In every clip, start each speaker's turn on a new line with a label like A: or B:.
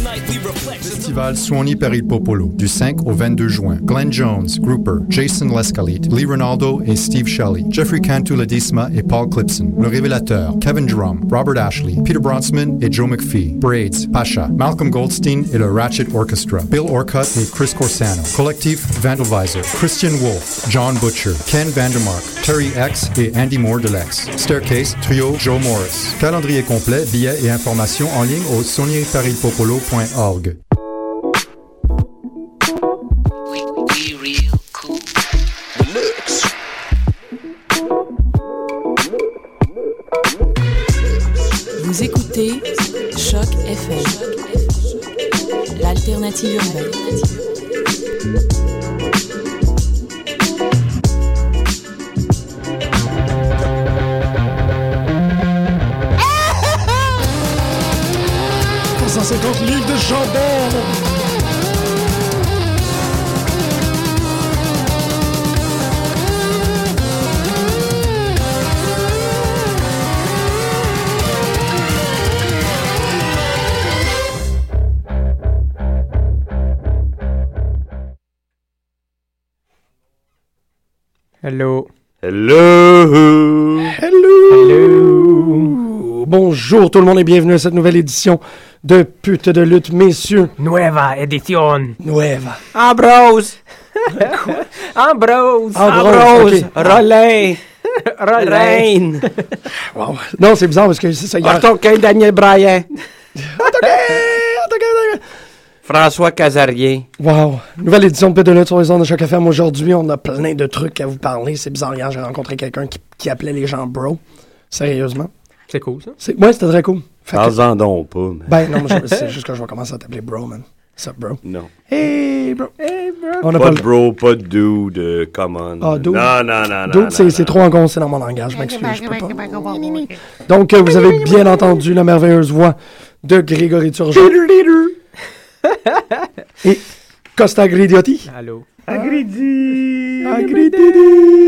A: Festival Suoni per il Popolo, du 5 au 22 juin. Glenn Jones, Grouper, Jason Lescalit, Lee Ronaldo et Steve Shelley, Jeffrey Cantu Ledesma et Paul Clipson, Le Révélateur, Kevin Drum, Robert Ashley, Peter Bronfman et Joe McPhee, Braids, Pasha, Malcolm Goldstein et le Ratchet Orchestra, Bill Orcutt et Chris Corsano, Collectif Vandalvisor, Christian Wolf, John Butcher, Ken Vandermark, Terry X et Andy Moore Delex, Staircase, Trio, Joe Morris. Calendrier complet, billets et informations en ligne au sonierparilpopolo.org.
B: Vous écoutez Choc FM, l'alternative urbaine.
C: livres de chandelle.
D: Hello.
E: Hello.
C: Hello.
D: Hello.
C: Bonjour tout le monde et bienvenue à cette nouvelle édition de pute de lutte, messieurs.
D: Nueva edition.
C: Nueva.
D: Ambrose. Quoi?
C: Ambrose,
D: Ambrose.
C: Ah, ok.
D: Rolin. Rolin.
C: Wow. Non, c'est bizarre parce que c'est ça.
E: Ah,
C: hier-
D: Autocueil Daniel Bryan.
C: Autocueil.
E: François Casarien.
C: Wow. Nouvelle édition de Pute de lutte sur les ondes de chaque FM. Aujourd'hui, on a plein de trucs à vous parler. C'est bizarre. Hier, j'ai rencontré quelqu'un qui, qui appelait les gens bro. Sérieusement.
D: C'est cool, ça.
C: C'est... Ouais, c'était très cool. Fait que-
E: Parle-en donc pas, mais
C: Ben non, mais je- c'est juste que je vais commencer à t'appeler bro, man. Sup, bro.
E: non.
C: Hey, bro.
D: Eh, bro.
C: On a
E: Pas
C: pas
E: de
C: le...
E: bro, pas de dude, euh, come on.
C: Ah, dude.
E: Non, non, non, non.
C: D'autres,
E: non,
C: c'est,
E: non.
C: c'est trop engoncé dans mon langage, je m'excuse, je peux pas. Donc, euh, vous avez bien entendu la merveilleuse voix de Grégory Turgeon et Costa Gridiotti.
D: Allô.
C: Agridi.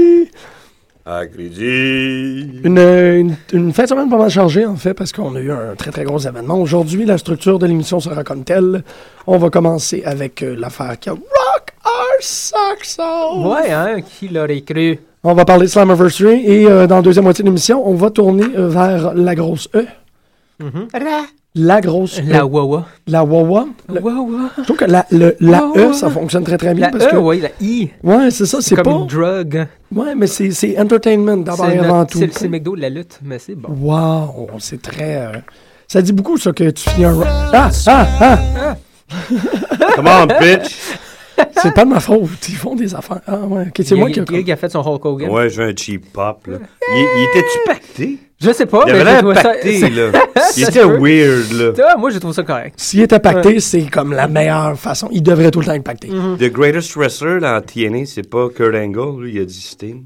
E: Agridi.
C: Une, euh, une, une fin de semaine pas mal chargée, en fait, parce qu'on a eu un très, très gros événement. Aujourd'hui, la structure de l'émission sera comme telle. On va commencer avec euh, l'affaire qui a Rock Our Socks Off.
D: Ouais, hein, qui l'aurait cru?
C: On va parler de Slammiversary et euh, dans la deuxième moitié de l'émission, on va tourner euh, vers la grosse E. La grosse E.
D: La Wawa.
C: La Wawa. Le-
D: Wawa.
C: Je trouve que la, le- la
D: Wawa.
C: E, ça fonctionne très très bien.
D: La
C: parce que,
D: E, oui, la I.
C: Ouais, c'est ça, c'est
D: Comme
C: pas.
D: une drug.
C: Ouais, mais c'est c'est entertainment d'abord
D: C'est
C: et
D: notre-
C: avant tout.
D: C'est c'est le McDo de la lutte, mais c'est bon.
C: Wow, c'est très. euh, Ça dit beaucoup ça que tu finis un. ro- Ah, ah, ah!
E: Come on, bitch.
C: C'est pas de ma faute, ils font des affaires. Ah ouais, ok, c'est
D: Il y a-
C: moi qui.
D: il y a- qui a fait son Hulk Hogan.
E: Ouais, je veux un cheap pop, là. Il, il était-tu pacté?
D: Je sais pas,
E: Il
D: mais
E: avait
D: je
E: l'air
D: trouve ça-
E: pacté,
D: ça-
E: là. Il
D: ça
E: était
D: se peut.
E: weird, là.
D: Ah, moi, je trouve ça correct.
C: S'il était pacté, c'est comme la meilleure façon. Il devrait tout le temps être pacté.
D: Mm.
E: The greatest wrestler dans TNA, c'est pas Kurt Angle, lui, il a dit Sting.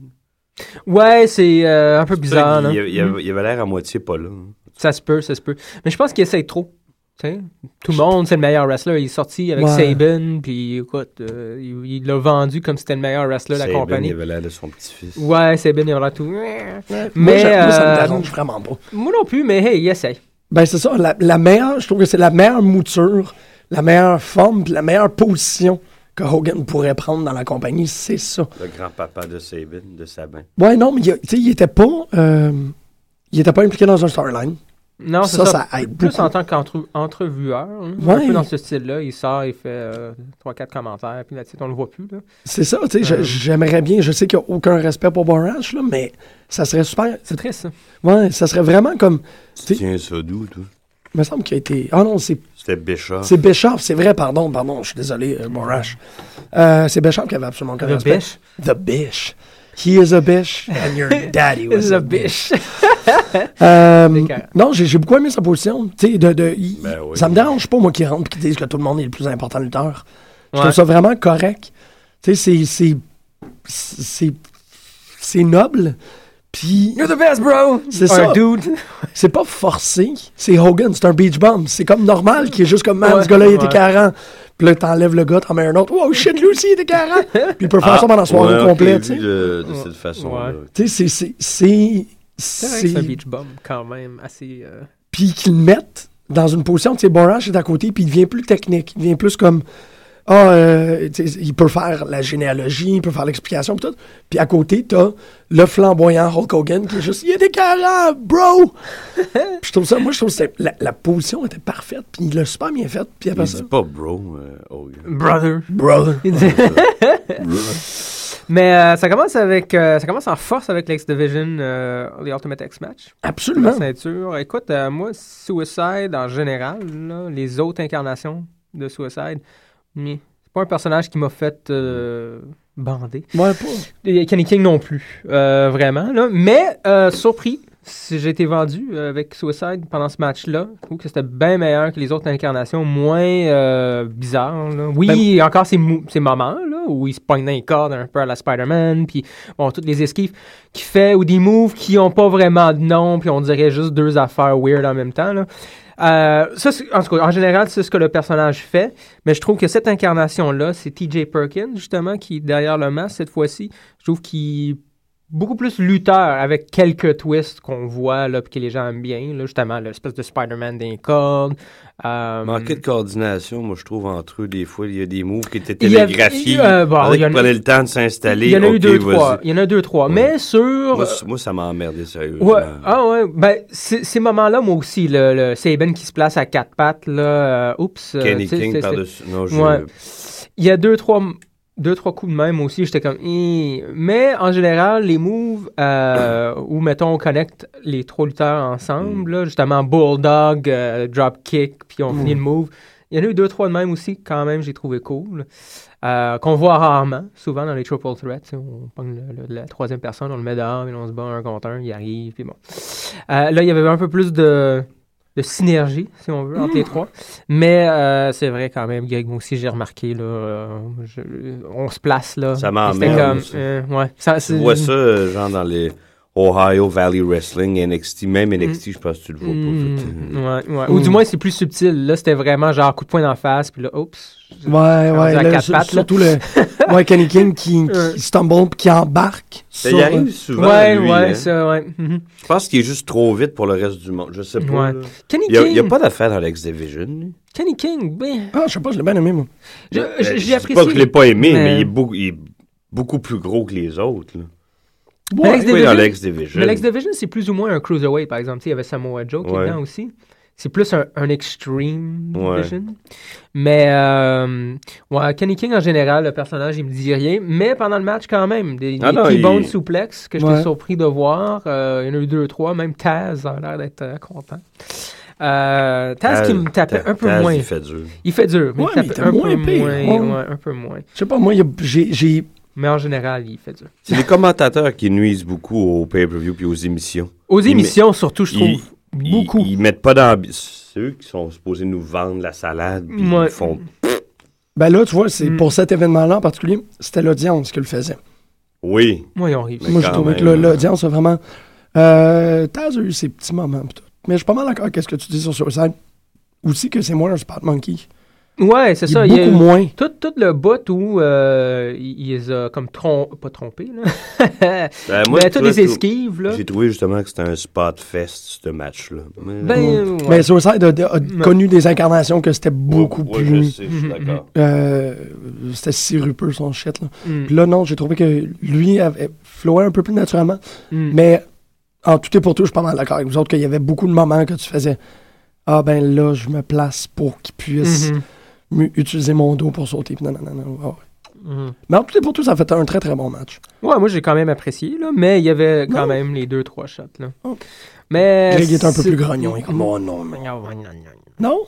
D: Ouais, c'est euh, un peu bizarre.
E: Il,
D: là. Mm.
E: il- il avait- il avait l'air à moitié pas là. hein.
D: Ça se peut, ça se peut. Mais je pense qu'il essaie trop. Tu sais, tout le monde, c'est le meilleur wrestler. Il est sorti avec
C: Ouais.
D: Saban, puis écoute, euh, il- il l'a vendu comme si c'était le meilleur wrestler de la
E: Saban,
D: compagnie. Mm.
E: Il avait l'air de son petit-fils.
D: Ouais, Saban, il aura tout.
C: Mais moi,
D: Mais,
C: j'a- moi, ça me
D: euh,
C: dérange vraiment pas.
D: Moi non plus, mais hey, il essaie.
C: Ben, c'est ça. La, la meilleure, je trouve que c'est la meilleure mouture, la meilleure forme, puis la meilleure position que Hogan pourrait prendre dans la compagnie, c'est ça.
E: Le grand-papa de Sabin, de Sabin.
C: Ouais, non, mais il a- tu sais, il était pas. euh, il était pas impliqué dans un storyline.
D: Non, c'est
C: Ça,
D: ça,
C: ça aide
D: Plus
C: beaucoup.
D: en tant qu'entrevueur, hein,
C: Ouais.
D: un peu dans ce style-là, il sort, il fait euh, 3-4 commentaires, puis là, tu sais, on le voit plus. Là.
C: C'est ça, tu sais, je-
D: Euh.
C: j'aimerais bien. Je sais qu'il n'y a aucun respect pour Borash, là, mais ça serait super.
D: C'est triste, ça.
C: Ouais, ça serait vraiment comme. Tu sais,
E: Tiens ça d'où, toi?
C: il me semble qu'il a été. Ah non, c'est
E: C'était Bishop.
C: c'est Béchamp, c'est vrai, pardon, pardon, je suis désolé, euh, Borash. Euh, c'est Béchamp qui avait absolument aucun
D: Le
C: respect.
D: biche.
C: The Bish. He is a bish, and your daddy was a
D: Le
C: bish.
D: biche.
C: Euh,
D: Décœurant.
C: non, j'ai j'ai beaucoup aimé sa position. Tu sais, de, de- il-
E: Ben oui.
C: Ça me dérange pas, moi, qui rentre et qui disent que tout le monde est le plus important lutteur. Je
D: Ouais.
C: trouve ça vraiment correct. Tu sais, c'est- c'est. C'est. C'est noble. Puis.
D: You're the best, bro!
C: C'est
D: Un
C: ça.
D: dude.
C: C'est pas forcé. C'est Hogan, c'est un beach bomb. C'est comme normal qu'il est juste comme, man,
D: Ouais,
C: ce gars-là, il était
D: ouais.
C: 40. Puis là, t'enlèves le gars, t'en mets un autre. Wow, shit, lui aussi, il était 40. Puis il peut faire ça pendant la soirée
E: Ah, ouais,
C: au complet,
E: ok,
C: tu sais.
E: vu De, de cette façon-là.
D: Ouais.
C: Tu sais, c'est- c'est. C'est.
D: C'est vrai que c'est un
C: C'est.
D: beach bum quand même assez. euh,
C: puis qu'ils le mettent dans une position, tu sais, Borash est à côté, puis il devient plus technique, il devient plus comme, ah, euh, tu sais, il peut faire la généalogie, il peut faire l'explication, puis tout. Puis à côté, t'as le flamboyant Hulk Hogan qui est juste, il est décalé, bro! Puis je trouve ça, moi, je trouve que c'est- la, la position était parfaite, puis il l'a super bien faite, puis
E: Il
C: après ça,
E: dit pas bro. euh, Hogan.
D: Brother.
C: brother.
D: Il dit- Mais euh, ça commence avec euh, ça commence en force avec l'X Division, euh, les Ultimate X Match. La
C: Absolument.
D: ceinture. Écoute, euh, moi, Suicide en général, là, les autres incarnations de Suicide, mais c'est pas un personnage qui m'a fait euh, bander.
C: Ouais, pas.
D: Et euh, Kenny King non plus, euh, vraiment. Là. Mais euh, surpris, si j'ai été vendu euh, avec Suicide pendant ce match-là. Je trouve que c'était bien meilleur que les autres incarnations, moins euh, bizarre. là. Oui, encore ces, mou- ces moments là, où il se pogne dans les cordes un peu à la Spider-Man, puis bon, toutes les esquives qu'il fait ou des moves qui ont pas vraiment de nom, puis on dirait juste deux affaires weird en même temps. Là. Euh, ça, c'est- en tout cas, en général, c'est ce que le personnage fait, mais je trouve que cette incarnation-là, c'est TJ Perkins, justement, qui est derrière le masque cette fois-ci. Je trouve qu'il est beaucoup plus lutteur avec quelques twists qu'on voit, là, puis que les gens aiment bien, là, justement, l'espèce de Spider-Man des cordes. Euh,
E: Manquait de coordination, moi, je trouve, entre eux, des fois. Il y a des moves qui étaient
D: Il y avait-
E: télégraphiés.
D: euh, bon,
E: Pendant
D: il y en
E: qu'ils
D: a-
E: prenaient le temps de s'installer.
D: il y en a eu
E: OK,
D: deux,
E: vas-y.
D: trois. Il y en a eu deux, trois. Mais sur.
E: Moi, c- moi, ça m'a emmerdé, sérieux. Euh,
D: Ouais. Ah ouais, ben ces ces moments-là, moi aussi, le, le Saban qui se place à quatre pattes, là, euh, oups. euh,
E: Kenny
D: tu sais,
E: King
D: c'est-
E: par-dessus. Non, je.
D: Ouais. Il y a deux, trois, deux, trois coups de même aussi, j'étais comme. Hi. Mais en général, les moves euh, où, mettons, on connecte les trois lutteurs ensemble,
E: Mm.
D: là, justement, Bulldog, euh, Dropkick, puis on
E: Mm.
D: finit le move. Il y en a eu deux, trois de même aussi, quand même, j'ai trouvé cool. euh, qu'on voit rarement, souvent dans les triple threats. hein. On prend la troisième personne, on le met dehors, mais on se bat un contre un, il arrive, puis bon. Euh, là, il y avait un peu plus de, de synergie, si on veut, entre les trois. Mais euh, c'est vrai quand même, Greg, moi aussi j'ai remarqué, là, euh, je- on se place là.
E: Ça m'emmerde,
D: C'était comme,
E: ça.
D: euh, ouais, ça,
E: Tu
D: c'est-
E: vois ça, euh, genre, dans les Ohio Valley Wrestling, NXT, même NXT, je pense que tu le vois
D: Mm,
E: pas. fait que-
D: ouais, ouais. Ou du moins c'est plus subtil. Là, c'était vraiment genre coup de poing d'en face, puis là, oups.
C: Ouais,
D: Rendu
C: ouais,
D: à
C: là,
D: quatre
C: sur-
D: pattes, là.
C: surtout le ouais, Kenny King qui,
D: Ouais.
C: qui stumble puis qui embarque.
E: Ça
C: sur- euh,
E: y arrive souvent.
D: Ouais,
E: lui,
D: ouais,
E: hein.
D: ça, ouais. mhm.
E: Je pense qu'il est juste trop vite pour le reste du monde. Je sais pas.
D: Ouais.
E: là.
D: Kenny
E: Il y a- il
D: King,
E: y a, pas d'affaire dans l'X Division. lui.
D: Kenny King, ben,
C: Ah, je sais pas, je l'ai bien aimé, moi.
D: je-
E: Ben,
D: je- j'ai
E: dis
D: apprécié.
E: pas que je l'ai pas aimé, mais,
D: mais
E: il, est beaucoup, il est beaucoup plus gros que les autres. là.
D: Mais Alex
E: Oui, dans
D: Division-
E: l'X Division.
D: Mais l'X Division, c'est plus ou moins un cruiserweight, par exemple. Tu sais, Il y avait Samoa Joe qui est
E: Ouais.
D: dedans aussi. C'est plus un, un extreme
E: Ouais.
D: division. Mais euh, ouais, Kenny King, en général, le personnage, il me dit rien. Mais pendant le match, quand même, des,
E: Ah
D: des
E: non,
D: T-bone
E: il-
D: suplex que j'étais
C: Ouais.
D: surpris de voir. Euh, il y en a eu deux, trois. Même Taz a l'air d'être euh, content. Euh, Taz, qui me tapait
E: Taz-
D: un peu
E: Taz,
D: moins.
E: Il fait dur.
D: Il fait dur, mais
C: Ouais,
D: il
C: mais il
D: tapait
C: était
D: un peu
C: moins pire.
D: moins.
C: Ouais.
D: ouais, un peu moins.
C: Je sais pas, moi, il y a- j'ai- j'ai.
D: Mais en général, il fait dur.
E: C'est les commentateurs qui nuisent beaucoup au pay-per-view puis aux émissions.
D: Aux
E: Il met-
D: émissions, surtout, je
E: il-
D: trouve, beaucoup.
E: Ils, ils mettent pas d'ambiance. C'est eux qui sont supposés nous vendre la salade. Puis
D: Ouais.
E: ils font.
C: Ben là, tu vois, c'est
D: Mm.
C: pour cet événement-là en particulier, c'était l'audience qui le faisait.
E: Oui.
D: Moi, ils ont réussi.
E: Mais
C: moi, j'ai
E: quand
C: trouvé que
E: même,
C: le-
E: hein.
C: l'audience a vraiment. Euh, Taz a eu ses petits moments, pis tout. Mais je suis pas mal d'accord avec ce que tu dis sur Suicide. Aussi que c'est moins un Spot Monkey.
D: Ouais, c'est
C: Il est
D: ça.
C: beaucoup
D: il y a eu-
C: moins.
D: Tout, tout le bout où euh, il il les a comme trom pas trompés, là.
E: Ben, moi,
D: Mais
E: je
D: toutes
E: trouvais-
D: les esquives, là.
E: J'ai trouvé justement que c'était un spot fest, ce match-là. Mais-
D: Ben, ouais.
C: Mais Suicide a, a connu des incarnations que c'était beaucoup
E: Ouais,
C: plus.
E: Je sais, je suis d'accord.
C: Euh, c'était sirupeux son shit là.
D: Mm.
C: Puis là non, j'ai trouvé que lui avait flowait un peu plus naturellement,
D: Mm.
C: mais en tout et pour tout, je suis pas mal d'accord avec vous autres qu'il y avait beaucoup de moments que tu faisais ah ben là, je me place pour qu'il puisse
D: Mhm.
C: mu- utiliser mon dos pour sauter. Puis non, non, non, non, ah ouais.
D: Mhm.
C: Mais en tout et pour tout, ça a fait un très très bon match.
D: Ouais, moi j'ai quand même apprécié, là, mais il y avait quand
C: Non.
D: même les deux, trois shots, là.
C: Oh.
D: Mais.
C: Greg est un peu
D: Euh, c'est-
C: plus grognon, il est comme oh non, mais- non.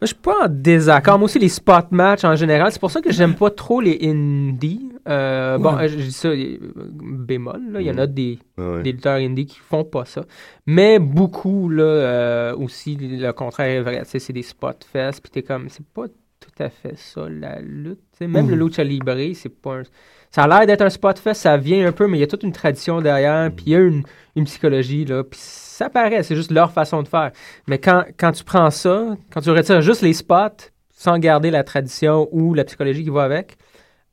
D: Moi, je suis pas en désaccord. Moi aussi, les spot matchs en général, c'est pour ça que j'aime pas trop les indies. Euh, Bon,
C: Ouais. Mm.
D: euh, je dis ça euh, bémol, là, il y en a des,
E: Ouais.
D: des lutteurs indie qui font pas ça. Mais beaucoup, là, euh, aussi, le contraire est vrai. Tu sais, c'est des spots fest, puis t'es comme, c'est pas tout à fait ça, la lutte. Tu sais, même
C: Mhm.
D: le lucha libre, c'est pas un- Ça a l'air d'être un spot fest, ça vient un peu, mais il y a toute une tradition derrière, puis il y a une, une psychologie, là, puis ça paraît, c'est juste leur façon de faire. Mais quand, quand tu prends ça, quand tu retires juste les spots, sans garder la tradition ou la psychologie qui va avec,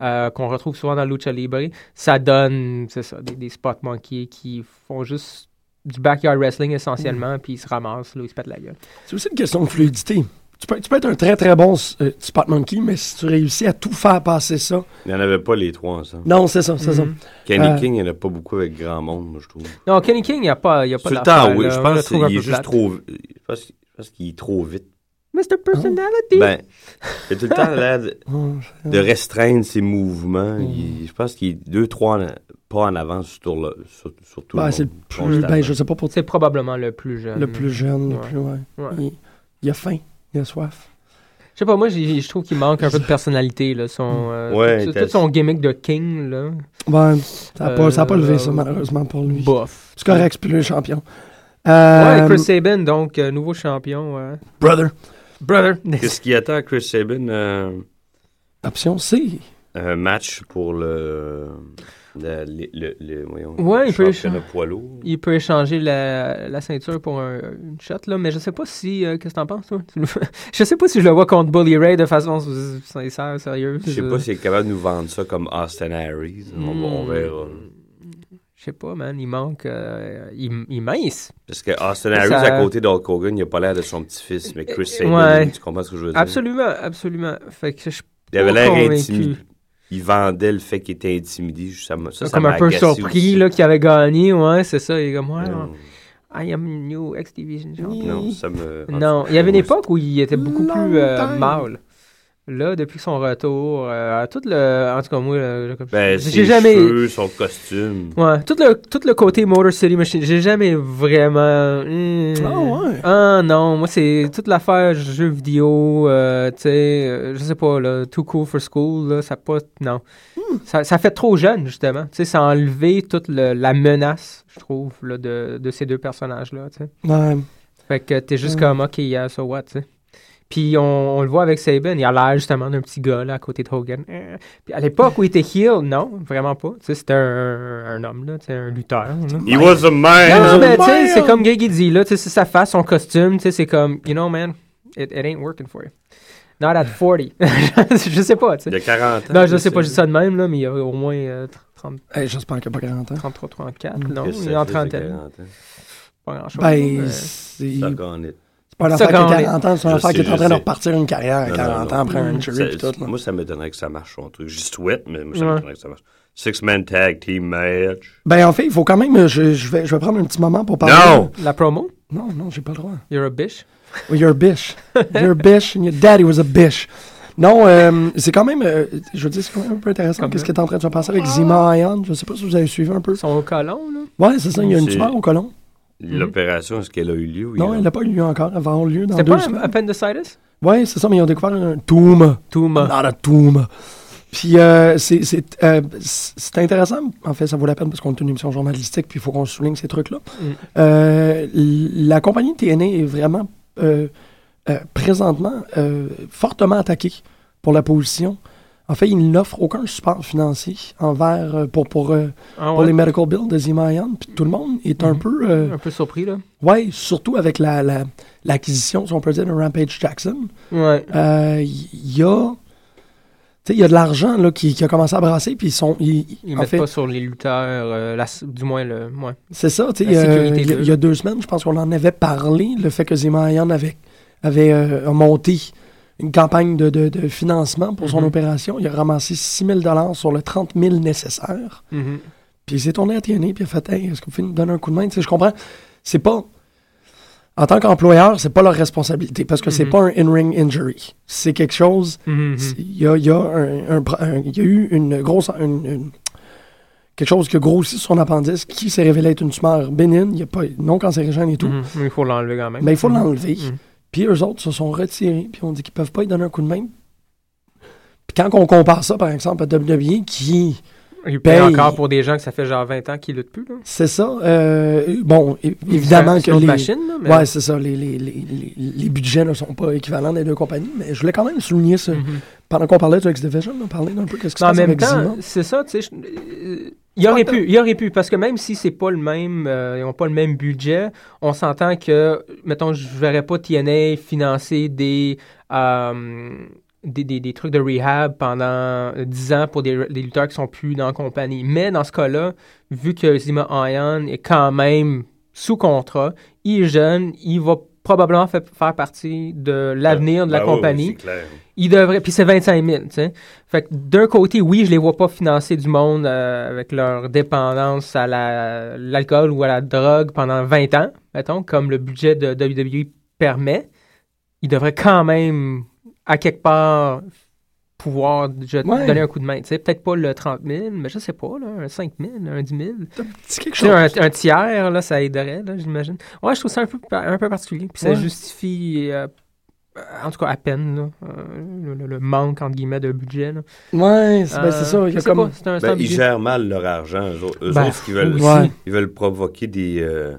D: euh, qu'on retrouve souvent dans le Lucha Libre, ça donne, c'est ça, des, des spot monkeys qui font juste du backyard wrestling essentiellement, puis il se ramasse, là, il se pète la gueule.
C: C'est aussi une question de fluidité. Tu peux, tu peux être un très très bon euh, spot monkey, mais si tu réussis à tout faire passer ça.
E: Il n'y en avait pas les trois ensemble.
C: Non, c'est ça, c'est ça.
D: Mhm.
E: Kenny
C: Euh,
E: King, il n'y en a pas beaucoup avec grand monde, moi, je trouve.
D: Non, Kenny King, il n'y a pas, il y a pas
E: Sur le
D: d'affaire,
E: temps, oui.
D: là.
E: Je
D: On
E: pense
D: le trouve un
E: qu'il est
D: peu
E: juste
D: plate.
E: trop. Je pense, qu'il- je pense qu'il est trop vite.
D: Mr. Personality!
E: Ben, il a tout le temps l'air de,
C: Hum,
E: de restreindre ses mouvements.
D: Hmm.
E: Il- je pense qu'il est deux, trois en- pas en avance sur, le, sur, sur tout
C: ben,
E: le
C: c'est le
E: monde,
C: plus. Ben, je sais pas pour
D: C'est probablement le plus jeune.
C: Le plus jeune, le
D: Ouais.
C: plus. Ouais.
D: Ouais.
C: Il, il a faim, il a soif.
D: Je sais pas, moi, j'ai- je trouve qu'il manque un peu de personnalité, là. Son, euh,
E: Mm. Ouais,
D: tout,
E: t'as-
D: tout son gimmick de King, là.
C: Ben, ça n'a pas, ça a pas
D: Euh,
C: levé ça, malheureusement, pour lui.
D: Bof.
C: C'est correct, c'est plus le champion.
D: Ouais,
C: Euh,
D: Chris Sabin, donc, euh, nouveau champion. euh,
C: Brother.
D: brother!
E: Qu'est-ce qui attend Chris Sabin euh,
C: Option C.
E: un match pour le. Le, le, le, le- voyons,
D: Ouais, il peut
E: championnat poids lourd.
D: Il peut échanger la, la ceinture pour un, une shot, là, mais je sais pas si. euh, Qu'est-ce que t'en penses, toi? Tu le- je sais pas si je le vois contre Bully Ray de façon s- sincère, sérieuse.
E: Je sais
D: euh,
E: pas s'il est capable de nous vendre ça comme Austin Harris. On, va- on
D: hmm.
E: verra.
D: Je sais pas, man. Il manque. euh, il, il mince.
E: Parce que Austin
D: Ça- Euh,
E: Harris, à côté d'Hulk Hogan, il a pas l'air de son petit-fils, mais Chris Sabin,
D: Ouais.
E: tu comprends ce que je veux dire?
D: Absolument, absolument. Fait que je
E: Il avait
D: pas
E: l'air
D: convaincu.
E: intimidé. Il vendait le fait qu'il était intimidé. Ça, m'a- ça, ça
D: comme
E: m'a
D: un peu
E: agacé
D: surpris
E: aussi. Mm.
D: là, qu'il avait gagné, ouais, c'est ça. Il est comme, ouais,
E: Non,
D: I am new X Division champion.
E: non, ça me.
D: Non, il y avait une époque où il était beaucoup plus euh,
C: Longtemps.
D: mâle. Là, depuis son retour, euh, tout le. En tout cas, moi, euh, comme-
E: Ben,
D: j'ai
E: jamais.
D: jamais.
E: Cheveux, son costume.
D: Ouais, tout le, tout le côté Motor City Machine, j'ai jamais vraiment. hmm.
C: Ah ouais.
D: Ah non, moi c'est toute l'affaire jeux vidéo, euh, tu sais, euh, je sais pas, là, Too Cool for School, là, ça pas. Non.
C: Hmm.
D: Ça, ça fait trop jeune, justement. Tu sais, ça a enlevé toute le- la menace, je trouve, là, de, de ces deux personnages-là, tu sais.
C: Ouais.
D: Fait que t'es juste
C: Mm.
D: comme, ok, yeah, so what, tu sais. Puis on, on le voit avec Saban, il a l'air justement d'un petit gars là, à côté de Hogan. Euh, Puis à l'époque où il était heel, non, vraiment pas. Tu sais, c'était un, un homme, là, tu sais, un lutteur. là.
E: He was a
D: Non, non,
E: man!
D: mais tu sais,
C: Man.
D: c'est comme Gaggy dit, là, tu sais, c'est sa face, son costume, tu sais, c'est comme, you know, man, it, it ain't working for you. Not at 40. je sais pas, tu
E: Il
D: sais.
E: a 40 ans.
D: Non, je sais pas, je dis ça de même, là, mais il y a au moins euh, 30,
C: Hey, J'espère qu'il n'y a pas 40 ans.
D: 33, 34, non,
E: Qu'est-ce Mm, que
D: il
E: ça
D: est en
E: fait,
D: trentaine,
E: 40 ans?
D: pas grand-chose.
C: Ben, c'est
D: mais-
E: Ça
C: c'est
E: gagne.
C: pas une
D: ça
C: affaire qui
D: gagne.
C: est 40 ans, c'est une
E: Je
C: affaire qui
E: sais,
C: est en
E: je
C: train de
E: sais.
C: repartir une carrière à
E: Non, non,
C: 40 ans
E: non. Mm,
C: après un injury
E: Ça-
C: et tout. là.
E: Moi, ça m'étonnerait que ça marche, son truc. J'y souhaite, mais moi, ça
D: Ouais.
E: m'étonnerait que ça marche. Six-man tag team match.
C: Ben, en fait, il faut quand même. Je, je vais, je vais prendre un petit moment pour parler.
E: Non!
D: La promo,
C: Non, non, j'ai pas le droit.
D: you're a bitch.
C: Well, you're a bitch. You're a bitch and your daddy was a bitch. Non, euh, c'est quand même, euh, je veux dire, c'est quand même un peu intéressant
D: Quand
C: qu'est-ce qui
D: même.
C: est en train de se passer avec Zima Ayan. Je sais pas si vous avez suivi un peu.
D: Son colon, là.
C: Ouais, c'est ça, il y a une
E: C'est- euh.
C: tumeur au colon.
D: Mhm.
E: L'opération, est-ce qu'elle a eu lieu? ou il
C: Non,
E: a-
C: elle n'a pas eu lieu encore, elle va avoir lieu dans
D: C'était
C: deux
D: pas un
C: semaines.
D: appendicitis?
C: Ouais, c'est ça, mais ils ont découvert un tomb.
D: Touma.
C: Not a tomb. Puis euh, c'est- c'est euh, c'est- c'est intéressant. En fait, ça vaut la peine parce qu'on est une émission journalistique, puis il faut qu'on souligne ces trucs-là.
D: Mm.
C: Euh, l- la compagnie TNA est vraiment euh, euh, présentement euh, fortement attaquée pour la position. En fait, ils n'offrent aucun support financier envers euh, pour, pour, euh,
D: Ah
C: pour
D: ouais.
C: les medical bills de Zima Ion. Puis tout le monde est un
D: Mhm.
C: peu euh,
D: Un peu surpris, là.
C: ouais, surtout avec la la- l'acquisition, si on peut dire, de Rampage Jackson.
D: Ouais.
C: Euh, il y a tu sais, il y a de l'argent là, qui, qui a commencé à brasser, puis ils sont. ils-
D: Ils
C: en
D: mettent
C: fait,
D: pas sur les lutteurs, euh, la s- du moins le. Ouais.
C: c'est ça. tu sais,
D: la
C: euh,
D: sécurité
C: Il y, a-
D: d'eux.
C: il y a deux semaines, je pense qu'on en avait parlé, le fait que Zimayan avait, avait euh, monté une campagne de, de- de financement pour son
D: Mhm.
C: opération. Il a ramassé 6 000 sur le 30 000 nécessaire.
D: Mhm.
C: Puis il s'est tourné à TNA, puis il a fait Hey, est-ce qu'on peut nous donner un coup de main Tu sais, Je comprends. C'est pas. En tant qu'employeur, c'est pas leur responsabilité parce que c'est
D: Mhm.
C: pas un in-ring injury. C'est quelque chose
D: Mhm.
C: il y a, il y a un- un pro- un- il y a eu une grosse. une- une- quelque chose qui a grossi sur son appendice qui s'est révélé être une tumeur bénigne, il y a pas, non cancérigène et tout.
D: Mhm. Mais Il faut l'enlever quand même.
C: Mais Ben, il faut
D: Mhm.
C: l'enlever.
D: Mhm.
C: Puis eux autres se sont retirés, puis on dit qu'ils peuvent pas y donner un coup de main. Puis quand on compare ça, par exemple, à WWE, qui.
D: Il paye
C: Paye.
D: encore pour des gens que ça fait genre 20 ans qu'ils luttent plus, là.
C: C'est ça. euh, bon, é- évidemment
D: C'est- c'est
C: que
D: une autre
C: les.
D: machine, là, mais-
C: Ouais, c'est ça. Les, les, les, les- les budgets ne sont pas équivalents des deux compagnies, mais je voulais quand même souligner ça.
D: Mhm.
C: Pendant qu'on parlait de X Division, on parlait d'un peu qu'est-ce qui se
D: Mais en
C: passe
D: même
C: avec
D: temps,
C: Zima.
D: c'est ça, tu sais. je- euh, Il aurait pu, il aurait pu, parce que même si c'est pas le même, euh, ils ont pas le même budget, on s'entend que, mettons, je verrais pas TNA financer des, euh, des, des, des trucs de rehab pendant 10 ans pour des, des lutteurs qui sont plus dans la compagnie. Mais dans ce cas-là, vu que Zima Ion est quand même sous contrat. Il est jeune, il va probablement fa- faire partie de l'avenir de la
E: Ben oui, oui,
D: compagnie.
E: c'est clair.
D: Il devrait. Puis c'est 25 000, tu sais. Fait que d'un côté, oui, je les vois pas financer du monde euh, avec leur dépendance à la- l'alcool ou à la drogue pendant 20 ans, mettons, comme le budget de WWE permet. Ils devraient quand même, à quelque part, pouvoir je-
C: Ouais.
D: donner un coup de main. Tu sais, peut-être pas le 30 000, mais je sais pas, là, un 5 000, un 10 000.
C: C'est quelque
D: Tu sais,
C: chose.
D: un, un tiers, là, ça aiderait, là, j'imagine. Ouais, je trouve ça un peu, par- un peu particulier. Puis ça
C: Ouais.
D: justifie, euh, en tout cas, à peine, là, euh, le, le- le manque, entre guillemets, de budget. là.
C: Ouais, c'est ben,
D: Euh,
C: c'est ça. Il y
D: je
C: a
D: sais
C: comme...
D: pas, c'est un, c'est un
E: Ben, ils
D: budget.
E: gèrent mal leur argent. Eux, autres- eux
D: Ben,
E: autres, ils veulent,
C: ouais.
E: ils veulent provoquer des, euh,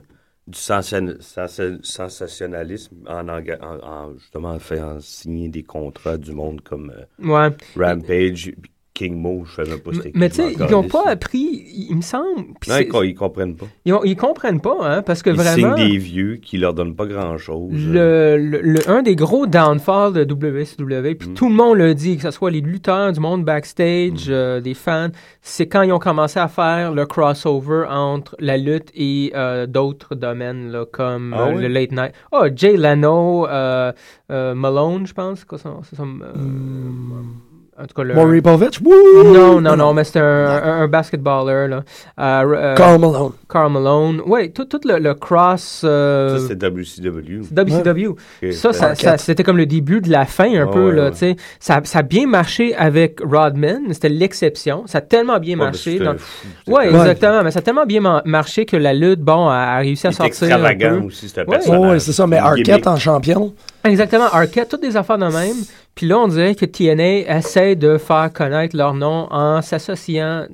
E: du sensa- sensa- sensationnalisme en, enga- en- en, justement en faisant signer des contrats du monde comme euh,
D: Ouais.
E: Rampage, King Mo, je savais même pas
D: M-
E: c'était qui,
D: Mais
E: je
D: tu sais,
E: m'en
D: ils n'ont
E: calisse.
D: pas appris, il il me semble. puis
E: Non,
D: c'est-
E: ils, co- ils comprennent pas.
D: ils, ont- ils comprennent pas, hein, parce que
E: Ils
D: vraiment.
E: signent des vieux qui leur donnent pas grand-chose.
D: Le, le- le- un des gros downfalls de WCW, puis
E: Mm.
D: tout le monde le dit, que ce soit les lutteurs du monde backstage, euh, des fans, c'est quand ils ont commencé à faire le crossover entre la lutte et euh, d'autres domaines, là, comme
E: Ah
D: euh,
E: oui?
D: le late night. Oh, Jay Lano, euh, euh, Malone, je pense. c'est quoi son- c'est son, euh,
E: Mm.
D: En tout cas, le.
C: Maury Povich, wouh!
D: Euh, Non, non, non, mais c'est un, un, un basketballer, là. Euh, r- euh,
C: Karl Malone.
D: Karl Malone. Oui, tout, tout le, le cross. euh,
E: Ça, c'est WCW.
D: WCW.
E: Ok.
D: Ça, ça,
E: Ouais.
D: ça- c'était comme le début de la fin, un
E: Ah,
D: peu.
E: ouais,
D: là,
E: ouais.
D: tu sais. ça, ça a bien marché avec Rodman, mais c'était l'exception. Ça a tellement bien
E: Ouais,
D: marché.
E: c'était
D: dans-
E: fou, c'était
D: Ouais,
E: comme-
D: exactement. Mais ça a tellement bien ma- marché que la lutte, bon, a, a réussi à
E: Il était
D: sortir. un
E: extravagant
D: peu.
E: aussi, c'était un
D: Ouais.
E: personnage.
C: Oh, ouais, c'est ça. Mais
E: Une
C: Arquette
E: gimmick.
C: en champion.
D: Exactement. Arquette, toutes des affaires de même. Puis là, on dirait que TNA essaie de faire connaître leur nom en s'associant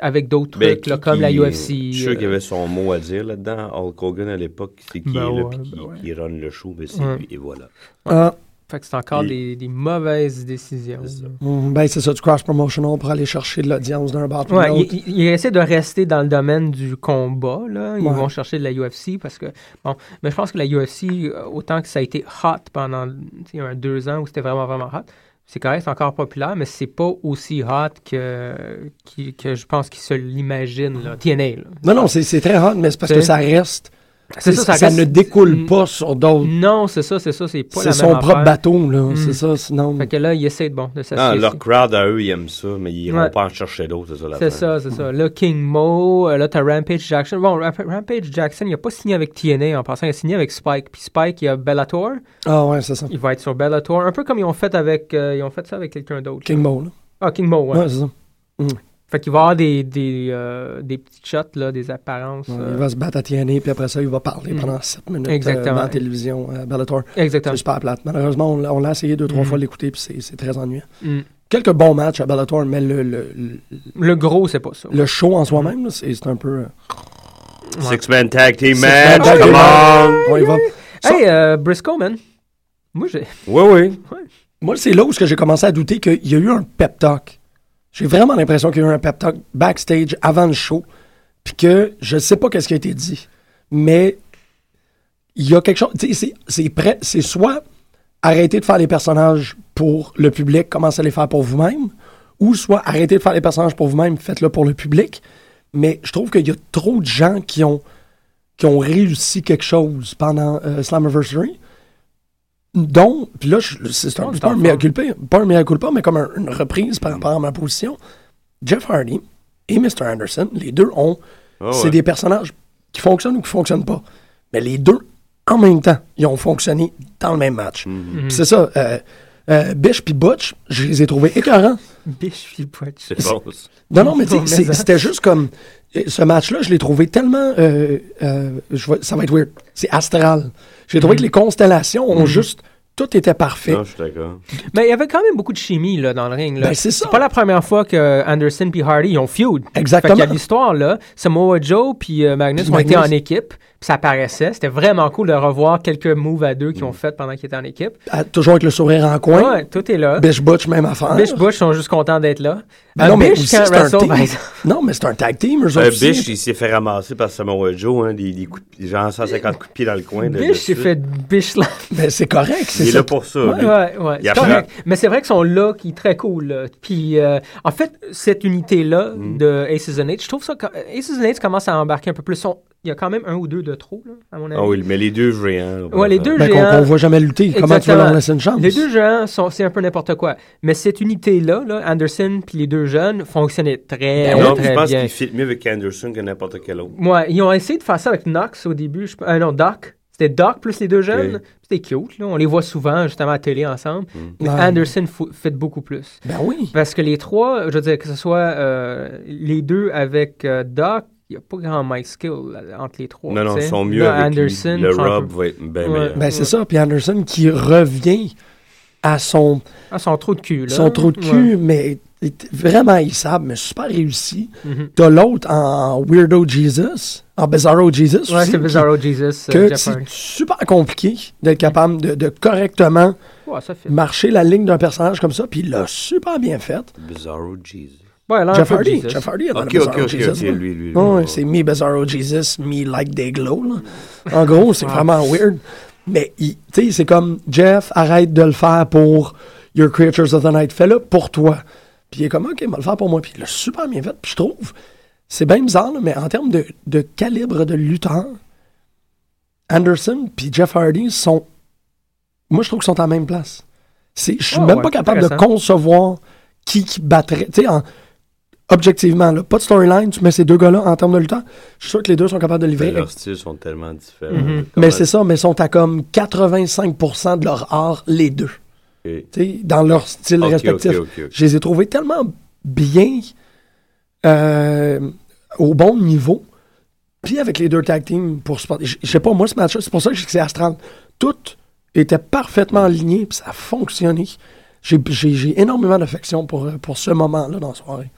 D: avec d'autres
E: Ben,
D: trucs, là,
E: qui-
D: comme la
E: qui-
D: UFC.
E: Je suis sûr qu'il y
D: euh,
E: avait son mot à dire là-dedans. Hulk Hogan à l'époque, c'est qui
D: Ben
E: est là,
D: ouais,
E: puis qui,
D: ben ouais.
E: qui run le show, ben c'est
D: Ouais.
E: lui, et voilà.
C: Ah,
D: Fait que c'est encore
E: Il-
D: des, des mauvaises décisions.
E: C'est ça.
D: là.
C: mm, ben, c'est ça, du cross-promotional pour aller chercher de l'audience d'un bar. puis de
D: Ouais,
C: l'autre.
D: ils, ils- ils essaient de rester dans le domaine du combat. Là. Ils
C: Ouais.
D: vont chercher de la UFC parce que. Bon, mais je pense que la UFC, euh, autant que ça a été hot pendant tu sais, un, deux ans où c'était vraiment, vraiment hot, c'est correct, c'est encore populaire, mais c'est pas aussi hot que, qui- que je pense qu'ils se l'imaginent, là. TNA. là.
C: Non, non, c'est c'est très hot, mais c'est parce
D: C'est-
C: que ça reste.
D: C'est ça, ça reste-
C: ne découle pas sur d'autres.
D: Non, c'est ça, c'est ça, c'est pas la
C: C'est
D: même
C: son propre
D: affaire.
C: bateau, là.
D: Mm.
C: C'est ça, sinon.
D: Fait que là, ils essaient de, bon, de
E: Non,
D: s'associer.
E: Ah, leur crowd à eux, ils aiment ça, mais ils
D: Ouais.
E: vont pas en chercher d'autres, c'est ça la
D: C'est
E: fin.
D: ça, c'est ça. Là, King Mo, euh, là, t'as Rampage Jackson. Bon, Ramp- Rampage Jackson, il a pas signé avec TNA en passant, il a signé avec Spike. Puis Spike, il a Bellator.
C: Ah, ouais, c'est ça.
D: Il va être sur Bellator. Un peu comme ils ont fait avec. euh, ils ont fait ça avec quelqu'un d'autre.
C: King Mo, là.
D: Ah, King Mo, ouais.
C: Ouais, c'est ça.
D: Fait qu'il va avoir des, des, euh, des petites shots, là, des apparences.
C: Ouais,
D: euh,
C: Il va se battre à TNA, puis après ça, il va parler
D: Mm.
C: pendant 7 minutes
D: Exactement.
C: euh, dans la télévision à Bellator.
D: Exactement.
C: C'est super plate. Malheureusement, on l'a- on l'a essayé deux, trois
D: Mm.
C: fois l'écouter, puis c'est- c'est très ennuyant.
D: Mm.
C: Quelques bons matchs à Bellator, mais le, le, le,
D: Le gros, c'est pas ça.
C: le show en soi-même, là, c'est c'est un peu. euh,
D: Ouais.
E: Six-man tag team
C: Six-man
E: match,
C: tag
E: come
C: team
E: on!
C: on y va. Ça-
D: Hey, euh, Briscoe, man. Moi, j'ai.
E: Oui, oui.
C: Moi, c'est là où ce que j'ai commencé à douter qu'il y a eu un pep talk. J'ai vraiment l'impression qu'il y a eu un pep talk backstage avant le show, puis que je sais pas qu'est-ce qui a été dit, mais il y a quelque chose. Tu sais, c'est- c'est prêt- c'est soit arrêter de faire les personnages pour le public, commencez à les faire pour vous-même, ou soit arrêter de faire les personnages pour vous-même, faites-le pour le public. Mais je trouve qu'il y a trop de gens qui ont qui ont réussi quelque chose pendant euh, Slammiversary. Donc, puis là, je- c'est c'est un,
D: Oh,
C: c'est pas, un
D: t'en
C: mea
D: parles.
C: culpa, pas un mea culpa, mais comme un- une reprise par rapport à ma position. Jeff Hardy et Mr. Anderson, les deux ont.
E: Ah ouais.
C: c'est des personnages qui fonctionnent ou qui fonctionnent pas. Mais les deux, en même temps, ils ont fonctionné dans le même match.
E: Mhm.
D: Mhm.
C: Puis C'est ça. Euh, euh, Bish puis Butch, je les ai trouvés écœurants.
D: Biche, puis poche.
E: C'est bon. ça.
C: Non, non, mais tu sais,
D: Mais
C: c'est-
D: ça-
C: c'était juste comme. euh, Ce match-là, je l'ai trouvé tellement. euh, euh, je vois- ça va être weird. C'est astral. J'ai
D: Mhm.
C: trouvé que les constellations ont juste. Tout était parfait.
E: Non, je suis d'accord.
D: Mais il y avait quand même beaucoup de chimie, là, dans le ring. Là.
C: Ben, c'est ça.
D: pas la première fois que Anderson puis Hardy ils ont feud.
C: Exactement.
D: Fait qu'il y a l'histoire là, Samoa Joe puis euh, Magnus
C: Puis
D: ont été en
C: Magnus.
D: équipe, puis ça apparaissait, c'était vraiment cool de revoir quelques moves à deux qu'ils
C: Mm.
D: ont fait pendant qu'ils étaient en équipe.
C: Ah, toujours avec le sourire en coin.
D: Ouais, tout est là.
C: Bish Butch, même affaire.
D: Bish Bush sont juste contents d'être là.
C: Ben
D: Euh,
C: non, mais
D: Bish,
C: aussi,
D: quand
C: c'est un
D: Russell,
C: team.
D: par exemple-
C: Non, mais c'est un tag team, eux
E: Euh,
C: autres aussi.
E: Bish, il s'est fait ramasser par Samoa Joe, hein, des, des coups de- genre 150 coups de pied dans le coin. de- de
D: Bish, il
E: suite.
D: fait Bish là.
C: Ben, c'est correct.
E: Il
C: C'est
E: est
C: ça.
E: là pour ça.
D: Ouais,
E: lui.
D: ouais, ouais,
E: Il
D: c'est
E: apprend.
D: correct. Mais c'est vrai que son look il est très cool. là. Puis, euh, en
E: Mm.
D: fait, cette unité-là de Aces and Eight, je trouve ça. quand- Aces and Eight commence à embarquer un peu plus. Son, il y a quand même un ou deux de trop, là, à mon avis.
E: Ah oui, mais les deux hein. géants.
D: Ouais, les deux
C: Ben, qu'on
D: géants-
C: qu'on voit jamais lutter. Comment tu vas
D: Exactement.
C: leur laisser une chance?
D: Les deux jeunes sont c'est un peu n'importe quoi. Mais cette unité-là, là, Anderson puis les deux jeunes, fonctionnait très,
E: Ben Non,
D: très
E: je pense
D: bien.
E: qu'ils fit mieux avec Anderson que n'importe quel autre.
D: Ouais, ils ont essayé de faire ça avec Knox au début. je- euh, non, Doc. C'était Doc plus les deux jeunes.
E: Ok.
D: C'était cute. là. On les voit souvent, justement, à la télé ensemble.
E: Mm.
D: Mais
C: Ouais.
D: Anderson fo- fait beaucoup plus.
C: Ben oui.
D: Parce que les trois, je veux dire, que ce soit euh, les deux avec euh, Doc, il n'y a pas grand mic skill là, entre les trois.
E: Non, non,
D: tu sais.
E: ils sont mieux
D: Là,
E: avec lui.
D: Anderson.
E: Le
D: prend un
E: Rob
D: peu-
E: va être bien
D: Ouais.
E: meilleur.
C: Ben c'est ça. Puis Anderson qui revient à son,
D: Ah, sont trop de cul. Là.
C: son trou de
D: Ouais.
C: cul, mais est vraiment haïssable, mais super réussi.
D: Mhm.
C: T'as l'autre en Weirdo Jesus, en Bizarro Jesus
D: Ouais,
C: aussi, qui-
D: c'est Bizarro Jesus. euh,
C: que
D: Jeff
C: c'est
D: Hardy.
C: super compliqué d'être capable de, de correctement
D: Ouais, ça fait.
C: marcher la ligne d'un personnage comme ça, puis il l'a super bien fait.
E: Bizarro Jesus.
D: Ouais, là, un
C: Jeff
D: peu
C: Hardy,
D: Jesus.
C: Jeff Hardy est dans
E: Ok,
C: le
E: ok,
C: Bizarro
E: ok,
C: Jesus.
E: ok,
C: là.
E: lui, lui.
C: Ouais, ouais, c'est me Bizarro Jesus, me like they glow. là. En gros, c'est vraiment weird. Mais il- tu sais, c'est comme Jeff, arrête de le faire pour Your Creatures of the Night, fais-le pour toi. Puis il est comme, ok, il va le faire pour moi. Puis il l'a super bien fait. Puis je trouve, c'est bien bizarre, là, mais en termes de, de calibre de lutteur, Anderson puis Jeff Hardy sont. Moi, je trouve qu'ils sont à la même place. C'est- Je suis
D: Ah
C: même
D: ouais,
C: pas capable de
D: intéressant.
C: concevoir qui, qui battrait. Tu sais, en- objectivement, là, pas de storyline, tu mets ces deux gars-là en termes de lutteur. Je suis sûr que les deux sont capables de livrer.
E: Leurs styles sont tellement différents.
D: Mhm.
C: Mais c'est ça, mais ils sont à comme 85% de leur art, les deux.
E: Ok.
C: Tu sais, dans leur style
E: Ok, ok,
C: respectif.
E: ok, ok.
C: Je les ai trouvés tellement bien euh, au bon niveau. Puis avec les deux tag teams pour supporter. Je je sais pas, moi, ce match-là, c'est pour ça que je dis que c'est Astral. Tout était parfaitement aligné, puis ça a fonctionné. J'ai- J'ai j'ai énormément d'affection pour, euh, pour ce moment-là dans la soirée.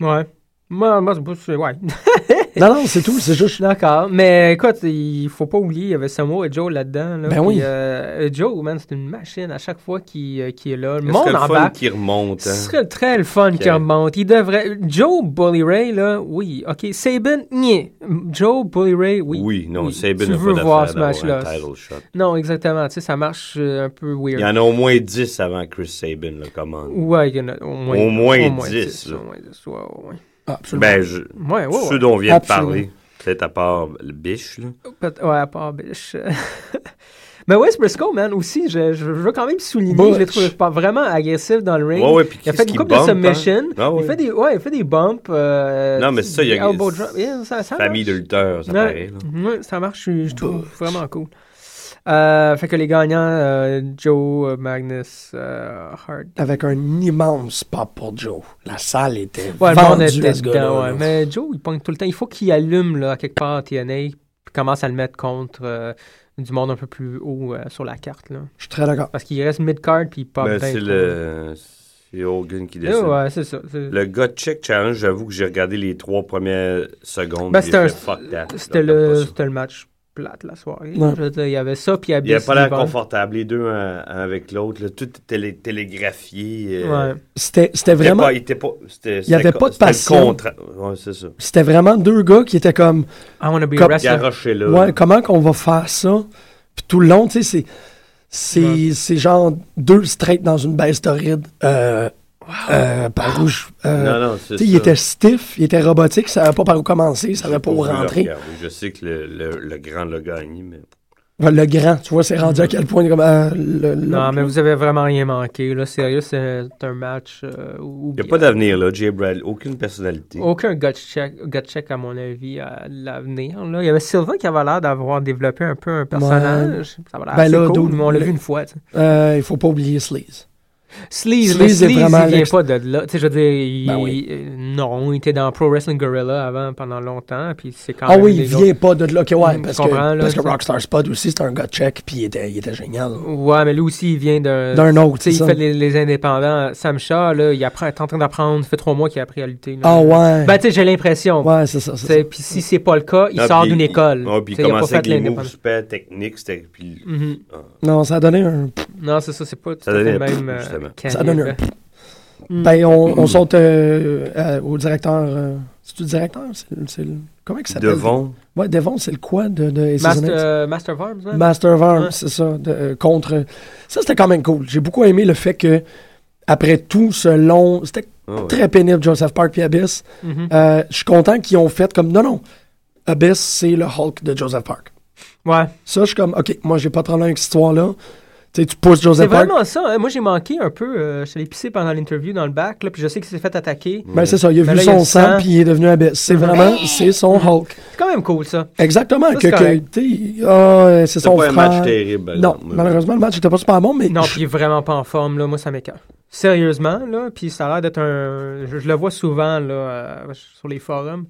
D: Ouais. Moi, moi, c'est- c'est- ouais.
C: Non, non, c'est tout, c'est juste.
D: D'accord. Mais écoute, il faut pas oublier, il y avait Samo et Joe là-dedans. Là,
C: Ben
D: Puis,
C: oui.
D: euh, Joe, man, c'est une machine à chaque fois qu'il euh, qu'il est là. Le
E: Ce
D: monde
E: serait le
D: en
E: fun
D: bas.
E: qui remonte.
D: Ce
E: hein.
D: serait le- très le fun qu'il remonte. Il devrait. Joe Bully Ray, là, oui. OK. Saban, niais. Joe Bully Ray, oui.
E: Oui, non, Sabin
D: Tu
E: n'a pas
D: veux
E: d'affaire
D: voir ce
E: d'avoir
D: match-là.
E: un title shot.
D: Non, exactement. Tu sais, ça marche euh, un peu
E: Il
D: weird.
E: y en a au moins 10 avant Chris Sabin, le commande.
D: Ouais, il y en a au moins,
E: Au moins 10, là.
D: Au moins 10. Ouais, ouais, ouais.
C: Ah, absolument.
E: Ben, je-
D: Ouais, ouais, ouais.
E: ceux dont on vient
C: Absolument.
E: de parler, peut-être à part le biche, là.
D: Peut- Ouais, à part Bish. Mais Wes Briscoe, man, aussi, je, je veux quand même souligner,
C: Butch.
D: je l'ai trouvé pas vraiment agressif dans le ring.
E: Ouais, ouais, puis
D: il a
E: qu'est-ce
D: fait une
E: qu'il
D: couple
E: bump,
D: de submissions.
E: hein? Ah, ouais.
D: il, fait des, ouais, il fait des bumps. euh,
E: Non, mais ça, il y
D: des
E: a-
D: elbow drop. Yeah, ça, ça
E: Famille de
D: marche.
E: lutteurs, ça
D: Ouais.
E: paraît. là.
D: Ouais, ça marche, je, je trouve vraiment cool. Euh, fait que les gagnants, euh, Joe, euh, Magnus, euh, Hart.
C: Avec un immense pop pour Joe. La salle était
D: Ouais, le monde
C: vendue
D: était
C: à ce gars-là.
D: dedans, ouais.
C: là.
D: Mais Joe, il pogne tout le temps. Il faut qu'il allume là, à quelque part TNA puis commence à le mettre contre euh, du monde un peu plus haut euh, sur la carte. Là.
C: Je suis très d'accord.
D: Parce qu'il reste mid-card puis il pop
E: Ben,
D: bien,
E: c'est
D: quoi.
E: le... C'est Hogan qui
D: Eh
E: décide.
D: Ah, ouais, c'est ça. c'est-
E: Le gut check challenge, j'avoue que j'ai regardé les trois premières secondes.
D: Ben,
E: j'ai
D: c'était un-
E: fait, Fuck that.
D: C'était
E: Je regarde
D: le,
E: pas ça.
D: c'était le match plate la soirée.
C: Ouais.
D: Je veux dire, il y avait ça puis il y
E: Il n'y
D: avait
E: a pas l'air confortable, les deux un- un avec l'autre. là. Tout est télé- télégraphié. euh,
D: Ouais.
C: C'était c'était
E: c'était
C: vraiment,
E: pas- il était pas- c'était-
C: Il y avait
E: c'était
C: pas de
E: co- c'était le
C: passion.
E: contrat. Ouais, c'est ça.
C: c'était vraiment deux gars qui étaient comme
D: I wanna be a
C: Comme-
D: wrestler.
E: Garoché là.
C: ouais, comment qu'on va faire ça Puis tout le long, tu sais, c'est c'est c'est genre deux straight dans une baisse torride. Euh, euh, par où je- euh,
E: non, non, c'est
C: tu sais, il
E: ça.
C: était stiff, il était robotique, il savait pas par où commencer, il savait
E: J'ai
C: pas où
E: vu le
C: rentrer.
E: regard. Je sais que le, le- le grand l'a gagné, mais.
C: Ben, Le grand, tu vois, c'est rendu à quel point il est comme euh, le- le-
D: Non, mais vous avez vraiment rien manqué. Là, sérieux, c'est un match euh, où.
E: Il n'y a pas d'avenir, là, Jay Bradley. Aucune personnalité.
C: Oh,
D: Aucun gut check, gut check, à mon avis, à l'avenir. là. Il y avait Sylvain qui avait l'air d'avoir développé un peu un personnage. Ça avait l'air
C: Ben
D: assez
C: là,
D: cool,
C: d'où-
D: mais on l'a
C: le-
D: vu une fois. tu sais.
C: euh, il faut pas oublier Sleaze.
D: Sleaze,
C: Sleaze
D: mais
C: est
D: Sleaze,
C: vraiment
D: il vient
C: l'ex-
D: pas de là. Tu sais, je veux dire, il-
C: Ben oui.
D: euh, non, il était dans Pro Wrestling Gorilla avant, pendant longtemps, puis c'est quand
C: Ah
D: même
C: oui,
D: des
C: il vient pas de là. Ok, ouais,
D: Mm,
C: parce
D: je comprends,
C: que,
D: là,
C: parce que
D: ça.
C: Rockstar Spot aussi, c'était un gars check, puis il était, il était génial.
D: autres. Ouais, mais lui aussi, il vient d'un...
C: D'un autre,
D: Euh, Tu sais,
C: c'est
D: il
C: ça.
D: fait les, les indépendants. Sam Shaw, là, il apprend, est en train d'apprendre. Ça fait trois mois qu'il a appris à lutter. là.
C: Ah ouais.
D: Ben, tu sais, j'ai l'impression.
C: ouais, c'est ça.
D: Tu
C: c'est
D: sais, Puis si c'est pas le cas, il
E: Non,
D: sort
E: Ah, puis-
D: d'une école.
E: Ouais, puis
D: Tu sais, il
E: il
D: a pas
E: commençait
D: fait
E: avec les moves
D: l'indépendant.
E: super techniques. c'était-
C: Mm.
E: Puis,
D: Mhm.
C: ça. Non, ça a donné un.
D: Non, c'est ça, c'est pas tout
E: Ça
D: à fait
E: donnait
D: le
E: un
D: même.
E: pfff,
D: euh,
E: justement.
D: calibre.
C: Ça donne un.
D: Hmm.
C: Ben, on, on saute euh, euh, au directeur. euh, C'est-tu le directeur C'est le- c'est le. Comment il s'appelle
E: devant.
C: Ouais, Devon, c'est le quoi de, de
D: Master,
C: SSNX?
D: euh, Master of Arms, man.
C: Master of Arms,
D: Ouais.
C: c'est ça. de- euh, contre. Ça, c'était quand même cool. J'ai beaucoup aimé le fait que, après tout ce long. C'était
E: Ah ouais.
C: très pénible, Joseph Park puis Abyss.
D: Mhm.
C: Euh, je suis content qu'ils ont fait comme non, non, Abyss, c'est le Hulk de Joseph Park.
D: Ouais.
C: Ça, je suis comme, OK, moi, j'ai pas trop avec cette histoire-là. Tu sais, tu pousses
D: C'est
C: Joseph Park.
D: vraiment ça. hein. Moi, j'ai manqué un peu. euh, je suis allé pisser pendant l'interview dans le bac, là, puis je sais qu'il s'est fait attaquer.
E: Mm.
C: Ben, c'est ça, il a
D: Mais
C: vu
D: là, il y a
C: son
D: le
C: sang,
D: sang.
C: puis il est devenu Abyss. C'est vraiment, c'est son Hulk.
D: C'est quand même cool, ça.
C: Exactement.
D: Ça,
C: que,
D: c'est
C: que,
D: correct.
C: tu sais, ah, c'est son
E: pas un
C: frère.
E: match terrible, par
C: Non,
E: exemple.
C: malheureusement, le match n'était pas super bon, mais
D: Non,
C: je-
D: puis il est vraiment pas en forme, là. Moi, ça m'écoeure. Sérieusement, là, puis ça a l'air d'être un... Je, je le vois souvent, là, euh, sur les forums.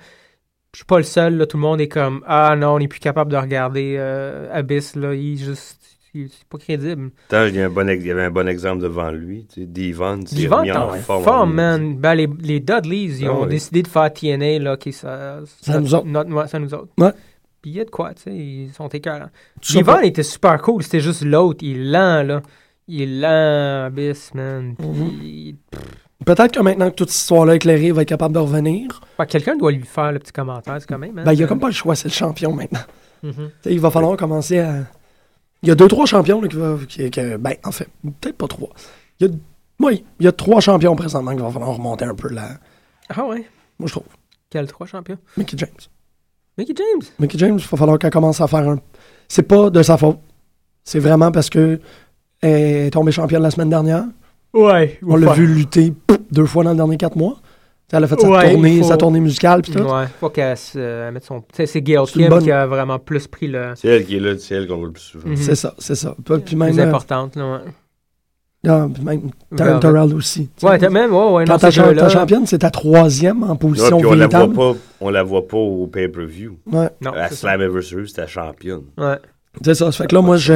D: Je suis pas le seul, là. Tout le monde est comme, ah non, on n'est plus capable de regarder euh, Abyss, là. Il est juste... il- C'est pas crédible.
E: Attends, il y, a un bon ex- il y avait un bon exemple devant lui. tu sais, Devon s'est
D: Divan
E: remis
D: est
E: en
D: en
E: forme.
D: forme, man. Ben, les, les Dudleys, ils
E: Ah
D: ont
E: oui.
D: décidé de faire TNA, là, qui ça...
C: Ça nous autres.
D: notre- ouais, ça nous autres.
C: Ouais.
D: Puis il y a de quoi, tu sais. Ils sont écœurants.
C: tu sais
D: Divan
C: pas.
D: était super cool. C'était juste l'autre. Il est lent, là. Il est lent, Abyss, man. Puis,
C: Mhm.
D: il-
C: Peut-être que maintenant que toute cette histoire-là éclairée va être capable de revenir,
D: Fait que ben, Quelqu'un doit lui faire le petit commentaire, c'est quand même. hein.
C: ben, il n'y a comme pas le choix, c'est le champion maintenant.
D: Mhm.
C: Tu sais, il va falloir commencer à. Il y a deux, trois champions là, qui va. qui- que- ben, en fait, peut-être pas trois. Il y a... Oui, il y a trois champions présentement qui va falloir remonter un peu là.
D: Ah ouais,
C: Moi, je trouve.
D: quel trois champions.
C: Mickey James.
D: Mickey James.
C: Mickey James, il va falloir qu'elle commence à faire un. C'est pas de sa faute. C'est vraiment parce que elle est tombée championne la semaine dernière.
D: Ouais.
C: On l'a vu lutter pouf, deux fois dans les derniers quatre mois. Elle a fait sa,
D: Ouais, il
C: tournée,
D: faut-
C: sa tournée musicale. pis tout.
D: Ouais, faut qu'elle se, euh, elle mette son. Tu sais, c'est Gail
C: C'est une
D: Kim
C: bonne-
D: qui a vraiment plus pris le.
E: C'est elle qui est là, c'est elle qu'on voit le plus souvent.
D: Mhm.
C: C'est ça, c'est ça. Puis- Puis même,
D: plus
C: euh,
D: importante, là. Ouais,
C: ah, puis même Taryn
D: Velvet.
C: Terrell aussi. tu sais.
D: ouais t'as même. Ouais, ouais,
C: Quand
D: non,
C: ta,
D: ces deux-là.
C: championne, c'est ta troisième en
E: Ouais,
C: position
E: puis on la, voit
C: véritable.
E: pas, on la voit pas au pay-per-view.
C: Ouais,
D: Non,
E: à
D: c'est ça.
E: Slammiversary, c'était la championne.
D: Ouais.
C: c'est ça. Ça fait que là, moi, je,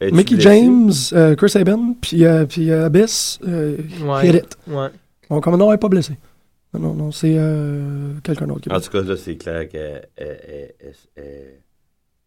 E: Es-tu
C: Mickey
E: blessée?
C: James, euh, Chris Aben, puis, euh, puis euh, Abyss, euh,
D: Ouais.
C: hit it.
D: Ouais.
C: On, comme non, elle n'est pas blessée. Non, non, non, c'est euh, quelqu'un d'autre qui est
E: En
C: blessé.
E: tout cas, là, c'est clair euh, qu'elle, elle- elle- elle- elle- euh,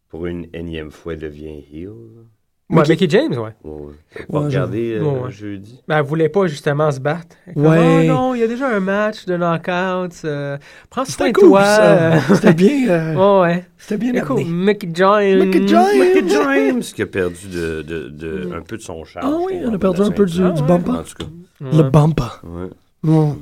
E: pour une énième fois, elle devient heel. là.
D: Ouais,
C: Mickey-
D: Mickey James, ouais.
E: Ouais, ouais. Faut
C: Ouais,
E: pas regarder euh,
D: ouais, ouais.
E: jeudi.
D: Ben, elle voulait pas justement se battre. Elle est comme,
C: Ouais.
D: Oh non, il y a déjà un match de knockout. euh, prends soin
C: C'était
D: de
C: cool,
D: toi.
C: ça. C'était bien, euh,
D: Ouais, ouais.
C: c'était bien
D: Écoute,
C: amené.
D: Mickey James.
C: Mickey James.
E: Mickey James qui a perdu de, de- de- un peu de son charme.
C: Ah
E: je
C: oui,
E: trouve,
C: on a
E: en
C: perdu
E: bas de
C: un peu du,
E: la
C: du
E: ceinture.
C: bumper.
E: En tout cas,
C: Le
D: Ouais.
C: bumper.
E: ouais.
C: Mm.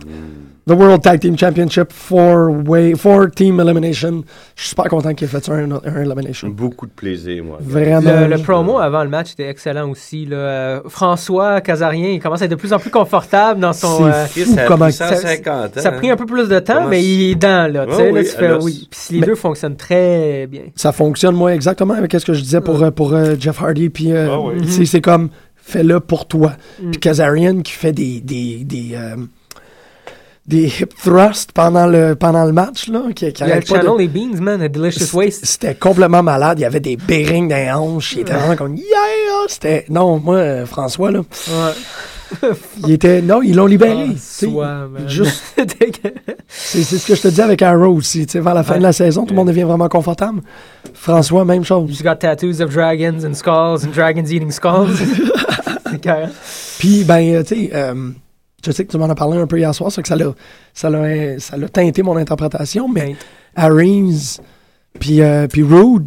C: The World Tag Team Championship, four-way, four-team elimination. Je suis super content qu'il ait fait ça, un, un elimination.
E: beaucoup de plaisir, moi.
C: Vraiment.
D: Le, le promo avant le match était excellent aussi. là. Euh, François Casarien, il commence à être de plus en plus confortable dans son.
C: C'est
D: euh,
E: Chris,
C: Fou,
E: ça a
C: comment-
E: pris 150 ans. hein.
D: ça a pris un peu plus de temps,
E: Comment-
D: mais il est dans là. Tu
E: Ouais,
D: sais, là,
E: oui,
D: tu fais
E: alors,
D: oui. Puis les
C: mais-
D: deux fonctionnent très bien.
C: ça fonctionne, moi, exactement avec ce que je disais pour, euh, pour euh, Jeff Hardy. Puis, euh,
E: Ah ouais.
C: tu sais, c'est comme, fais-le pour toi.
D: Mm.
C: Puis Kazarian qui fait des, des, des, euh, des hip thrusts pendant le, pendant le match, là, qui, qui
D: Il y a le
C: arrête pas de-
D: channel, les beans, man, a delicious waste. Mm.
C: C'était complètement malade. Il y avait des bearings dans les hanches. Il était vraiment comme, yeah! C'était, non, moi, euh, François, là,
D: Ouais.
C: il était, non, ils l'ont libéré. tu sais.
D: François, man.
C: Ben Juste-
D: C'était que-
C: c'est, c'est ce que je te dis avec Arrow aussi. tu sais, vers la fin
D: Ouais.
C: de la saison, tout le monde devient vraiment confortable. François, même chose.
D: You've got tattoos of dragons and skulls and dragons eating skulls. C'est carré.
C: Puis, ben, euh, tu sais, euh, je sais que tu m'en as parlé un peu hier soir, c'est que ça l'a, ça l'a, ça l'a teinté mon interprétation, mais Aries, puis, euh, puis Rude,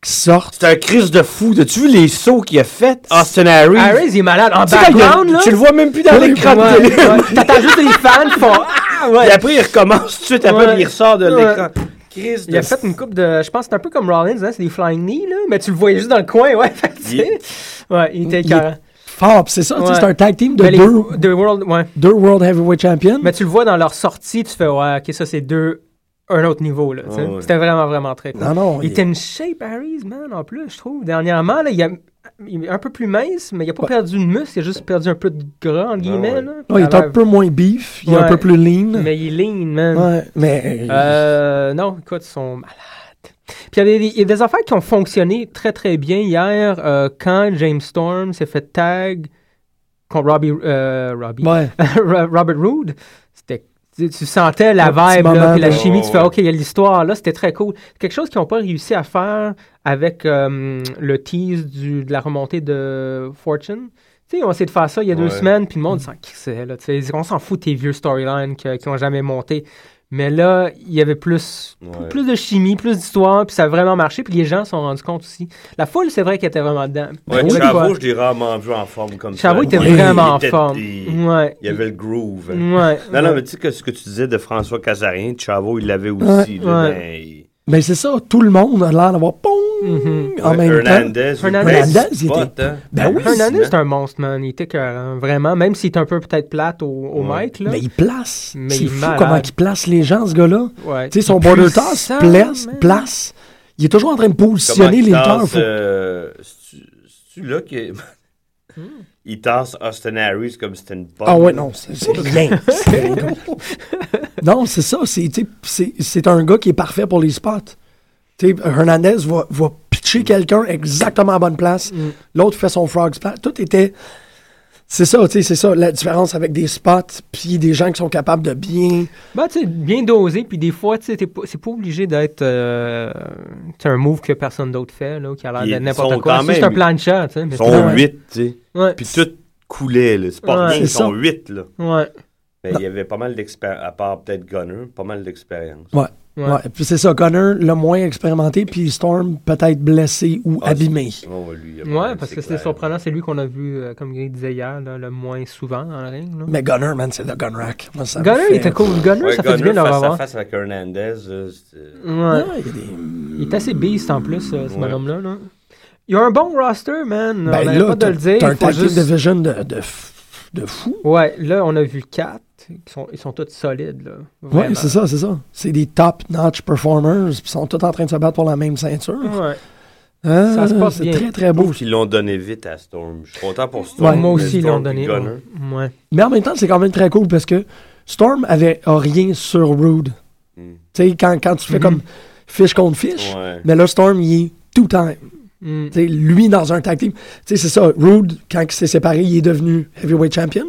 C: qui sortent.
F: C'est un crise de fou. As-tu vu les sauts qu'il a fait, Austin Harry?
D: Harris, Ah, il est malade en
F: Tu sais, quand il a-
D: background, là.
F: Tu le vois même plus dans
D: Ouais,
F: l'écran de
D: ouais,
F: télé.
D: ouais. T'attends juste les fans qui font Ah ouais.
F: Et après, il recommence tout de suite après,
D: Ouais.
F: puis il ressort de
D: Ouais.
F: l'écran. Crise de
D: Il a fait une coupe de. Je pense que c'est un peu comme Rollins, hein, c'est des flying knees, là, mais tu le voyais juste dans le coin, ouais. fait que, tu sais, Ouais, il était
C: Il-
D: écœurant.
C: Fort, puis c'est ça, tu sais,
D: Ouais.
C: c'est un tag team de
D: Mais les-
C: deux,
D: deux World, ouais.
C: deux World Heavyweight Champions.
D: Mais tu le vois dans leur sortie, tu fais ouais, ok, ça c'est deux. Un autre niveau, là. tu sais.
E: Ah ouais.
D: C'était vraiment, vraiment très cool.
C: Non, non,
D: Il
C: il-
D: était une shape, Harris, man, en plus, je trouve. Dernièrement, là, il, a, il est un peu plus mince, mais il a pas perdu de muscle, il a juste perdu un peu de gras, entre guillemets,
E: ouais.
D: là.
C: Ouais, Oh, il est
D: Puis,
C: un peu moins beef, il est un
D: Ouais.
C: peu plus lean.
D: Mais il est lean, man.
C: Ouais, mais.
D: Euh, non, écoute, ils sont malades. Puis il y, a des- il y a des affaires qui ont fonctionné très très bien hier euh, quand James Storm s'est fait tag contre Robbie, euh, Robbie.
C: ouais.
D: Ro- Robert Roode. C'était tu, tu sentais la
C: Un petit
D: vibe,
C: moment
D: là, puis la
C: de-
D: chimie, tu
E: Ouais,
D: fais
E: ouais.
D: OK, il y a l'histoire, là, c'était très cool. Quelque chose qu'ils n'ont pas réussi à faire avec euh, le tease du, de la remontée de Fortune. Tu sais, on essayé de faire ça il y a
E: Ouais.
D: deux semaines, puis le monde s'en crissait, là. tu sais. On s'en fout de tes vieux storylines que- qui n'ont jamais monté. Mais là, il y avait plus,
E: Ouais.
D: plus de chimie, plus d'histoire, puis ça a vraiment marché, puis les gens se sont rendus compte aussi. La foule, c'est vrai qu'elle était vraiment dedans.
E: Ouais,
D: Mais
E: Chavo,
D: quoi,
E: je l'ai rarement vu en forme comme
D: Chavo
E: ça.
D: était
E: Il
D: vraiment
E: était-
D: en forme.
E: Il,
D: Ouais.
E: il y avait le groove.
D: Ouais.
E: Non, non, mais tu sais que ce que tu disais de François Casarien, Chavo, il l'avait aussi.
C: Ouais.
E: là,
D: Ouais.
E: ben, il-
C: Mais c'est ça, tout le monde a l'air d'avoir pong en même temps.
E: Hernandez,
D: Mm-hmm. Hernandez,
C: il était-
E: hein.
C: Ben oui,
D: Hernandez, c'est un monstre, man. Il était écœurant, vraiment. Même s'il est un peu peut-être plate au, au
E: Ouais.
D: mic, là.
C: Mais il place.
D: Mais
C: C'est
D: il est
C: fou
D: malade.
C: comment il place les gens, ce gars-là.
D: Ouais.
C: Tu sais, son
D: Il est
C: border toss
D: puissant,
C: place,
D: man.
C: place. Il est toujours en train de positionner les lutteurs. faut-
E: euh, C'est-tu là que. Il tasse Austin Harris comme si c'était une bombe.
C: Ah
D: euh,
C: ouais, non, c'est c'est rien. C'est rien. non, c'est ça. C'est, tu sais, c'est, c'est un gars qui est parfait pour les spots. Tu sais, Hernandez va, va pitcher quelqu'un exactement à la bonne place.
D: Mm.
C: L'autre fait son frog splash. Tout était... C'est ça, tu sais, c'est ça. La différence avec des spots, puis des gens qui sont capables de bien...
D: Ben, tu sais, bien dosé, puis des fois, tu sais, t'es pas- c'est pas obligé d'être euh, tu sais, un move que personne d'autre fait, là, qui a l'air
E: Ils
D: d'être
E: sont
D: n'importe quoi.
E: quand
D: C'est juste un
E: même-
D: plancha, tu sais. mais
E: Ils
D: c'est-
E: sont
C: Ouais.
E: huit, tu sais.
D: Ouais,
E: Puis tout coulait, là. C'est
D: Ouais.
E: pas rien,
C: C'est
E: ils sont
C: ça.
E: huit, là.
D: ouais.
E: Mais Ben, il y avait pas mal d'expérience, à part peut-être Gunner, pas mal d'expérience.
C: Ouais.
D: Ouais.
C: Ouais. Puis c'est ça, Connor, le moins expérimenté, puis Storm peut-être blessé ou
E: Ah,
C: abîmé.
E: Oh, lui, il y a pas
D: Ouais,
E: mal,
D: parce que
E: c'est
D: c'était
E: clair.
D: surprenant. C'est lui qu'on a vu, euh, comme il disait hier, là, le moins souvent dans le ring. là.
C: Mais Gunner, man, c'est le gun rack. Moi,
E: Ah,
C: ça me
D: Gunner,
C: fait-
D: il était cool. Gunner,
E: Ouais,
D: ça fait du bien
E: Gunner
D: de le
E: face à
D: revoir.
E: face avec Hernandez, euh, c'était-
D: Ouais.
C: Ouais, il y a des-
D: Il est assez beast en plus, euh, ce
E: Ouais.
D: bonhomme-là. là. Il a un bon roster, man. on
C: Ben
D: n'arrête
C: là,
D: pas de
C: t'as
D: le dire.
C: t'as un
D: Il faut
C: tag team
D: juste-
C: division de, de, f- de fou.
D: Ouais, là, on a vu quatre. Ils sont, ils sont tous solides, là.
C: Ouais,
D: Vraiment.
C: c'est ça, c'est ça. C'est des top-notch performers. Ils sont tous en train de se battre pour la même ceinture.
D: Ouais.
C: Hein,
D: Ça se passe
C: C'est
D: bien.
C: très, très
E: Je
C: beau.
E: trouve qu'ils l'ont donné vite à Storm. Je suis content pour
D: Pour
E: Storm.
D: moi
E: mais
D: aussi, ils l'ont
E: Storm
D: donné.
E: puis Gunner.
D: Ouais.
C: Mais en même temps, c'est quand même très cool parce que Storm avait a rien sur Rude.
E: Mm.
C: Tu sais, quand, quand tu
D: Mm-hmm.
C: fais comme fish contre fish,
E: Ouais.
C: mais là, Storm, il est tout time.
D: Mm.
C: Tu sais, lui, dans un tag team. Tu sais, c'est ça. Rude, quand il s'est séparé, il est devenu heavyweight champion.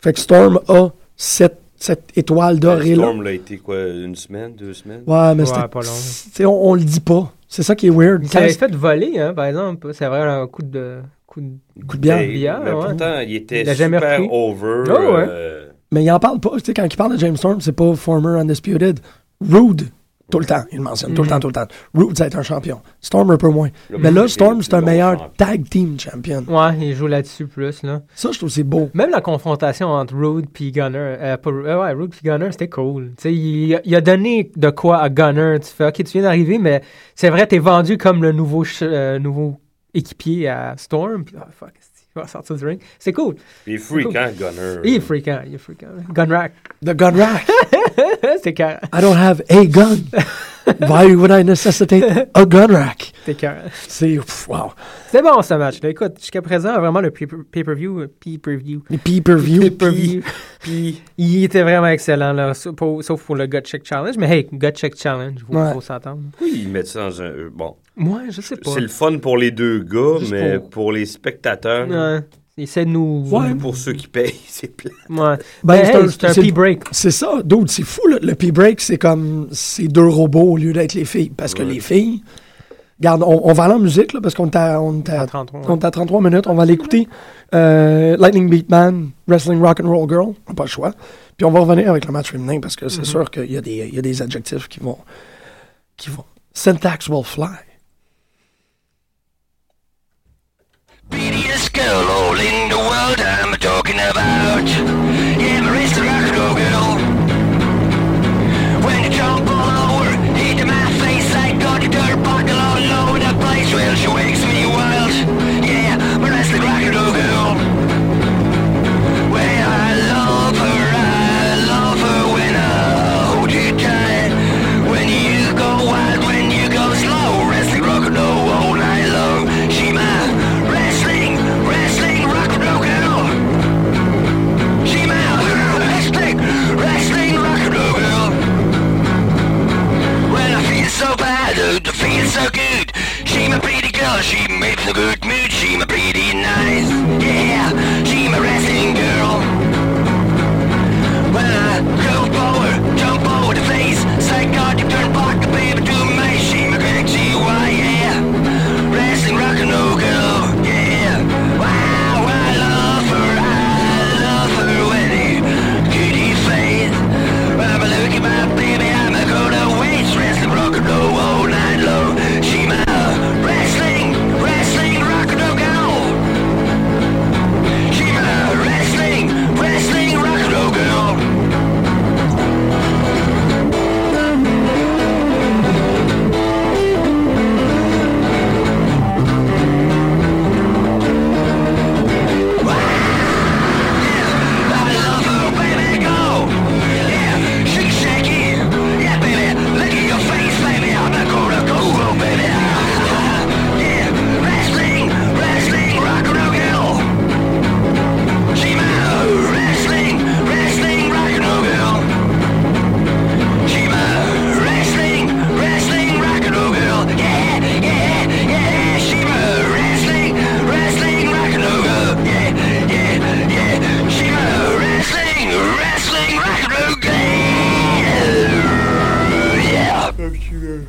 C: Fait que Storm a cette, cette étoile dorée-là.
E: Ben, Euh, Storm l'a été quoi, une semaine, deux semaines?
C: Ouais, mais
D: Ouais,
C: c'était-
D: pas long.
C: tu sais, on, on le dit pas. C'est ça qui est weird.
D: Il
C: Quand
D: s'avait fait voler, hein, par exemple. C'est vrai, un coup de. Coup de...
C: coup de bière.
E: Mais-
D: bière,
E: mais
D: ouais.
E: pourtant, il était
D: Il l'a jamais
E: super
D: repris.
E: over.
D: Ah ouais.
E: euh,
C: Mais il en parle pas. Tu sais, quand il parle de James Storm, c'est pas former undisputed. Rude, tout le temps, il le mentionne.
D: Mm-hmm.
C: Tout le temps, tout le temps. Rude, ça va être un champion. Storm, un peu moins.
E: Le
C: Mais là,
E: plus-
C: Storm,
E: le
C: c'est
E: plus
C: un
E: long
C: meilleur
E: champion.
C: tag team champion.
D: Ouais, il joue là-dessus plus, là.
C: Ça, je trouve c'est beau.
D: Même la confrontation entre Rude puis Gunner, euh, pas Rude- euh, ouais, Rude puis Gunner, c'était cool. Tu sais, il, il a donné de quoi à Gunner. Tu fais, ok, tu viens d'arriver, mais c'est vrai, t'es vendu comme le nouveau, ch- euh, nouveau équipier à Storm. Puis, ah, fuck, esti, il va sortir du ring. C'est cool.
E: Il est freak, hein, Gunner.
D: Il est
C: Euh,
D: fréquent, il est fréquent. Gunrack,
C: The gun rack.
D: c'est carré.
C: I don't have a gun. Why would I necessitate a gun rack?
D: C'est carré.
C: C'est. pff, Wow.
D: C'est bon ce match. là. Écoute, jusqu'à présent, vraiment le pay- pay-per-view, euh, pay-per-view,
C: Les pay-per-view.
D: pay-per-view, il était vraiment excellent là, sauf pour- sauf pour le gut check challenge. Mais hey, gut check challenge, faut,
C: Ouais.
D: faut s'entendre.
E: Oui, ils mettent ça dans un. euh, Bon,
D: Moi, je sais pas.
E: c'est le fun pour les deux gars,
D: Juste
E: mais
D: pour-
E: pour... les spectateurs,
D: Ouais. Il essaie de nous.
C: Ouais.
E: pour ceux qui payent, c'est plein.
D: Ouais.
C: Ben,
D: Mais
C: c'est
D: hey,
C: un-
D: c'est un
C: c'est-
D: pee break.
C: C'est ça, dude, c'est fou. là. Le P-break, c'est comme ces deux robots au lieu d'être les filles. Parce que les filles, regarde, on, on va aller en musique là, parce qu'on est à, on est à-
D: À 33, ouais.
C: on est à 33 minutes. On va aller écouter euh, Lightning Beatman, Wrestling Rock and Roll Girl. On n'a pas le choix. Puis on va revenir avec le match féminin parce que c'est sûr qu'il y, a des- il y a des adjectifs qui vont. qui vont. Syntax will fly.
G: Prettiest girl all in the world I'm talking about. Yeah, Marissa Rock'n'Roll girl. When the jump all over, hit my face, I got the dirt buckle all over the place. Well, she wakes me wild. Yeah, Marissa Rock'n'Roll girl. Well, I love her, I love her when I hold you tight. When you go wild, when you go slow, wrestling rock and roll all night long. She my wrestling, wrestling rock and roll girl. She my wrestling, wrestling rock and roll girl. Well, I feel so bad, oh, I feel so good. She my pretty girl, she makes a good mood. She my pretty nice, yeah. She my wrestling girl. Well, I go forward, jump over the face. Psychotic turn back, baby, to me. She my great GY, yeah. Wrestling rock and roll girl, yeah. Wow, I love her, I love her when you kitty face. Well, I'm looking my baby, I'm a go to waste. Wrestling rock and roll all night long. She my wrestling, wrestling rock and roll girl. She my wrestling, wrestling rock and roll girl.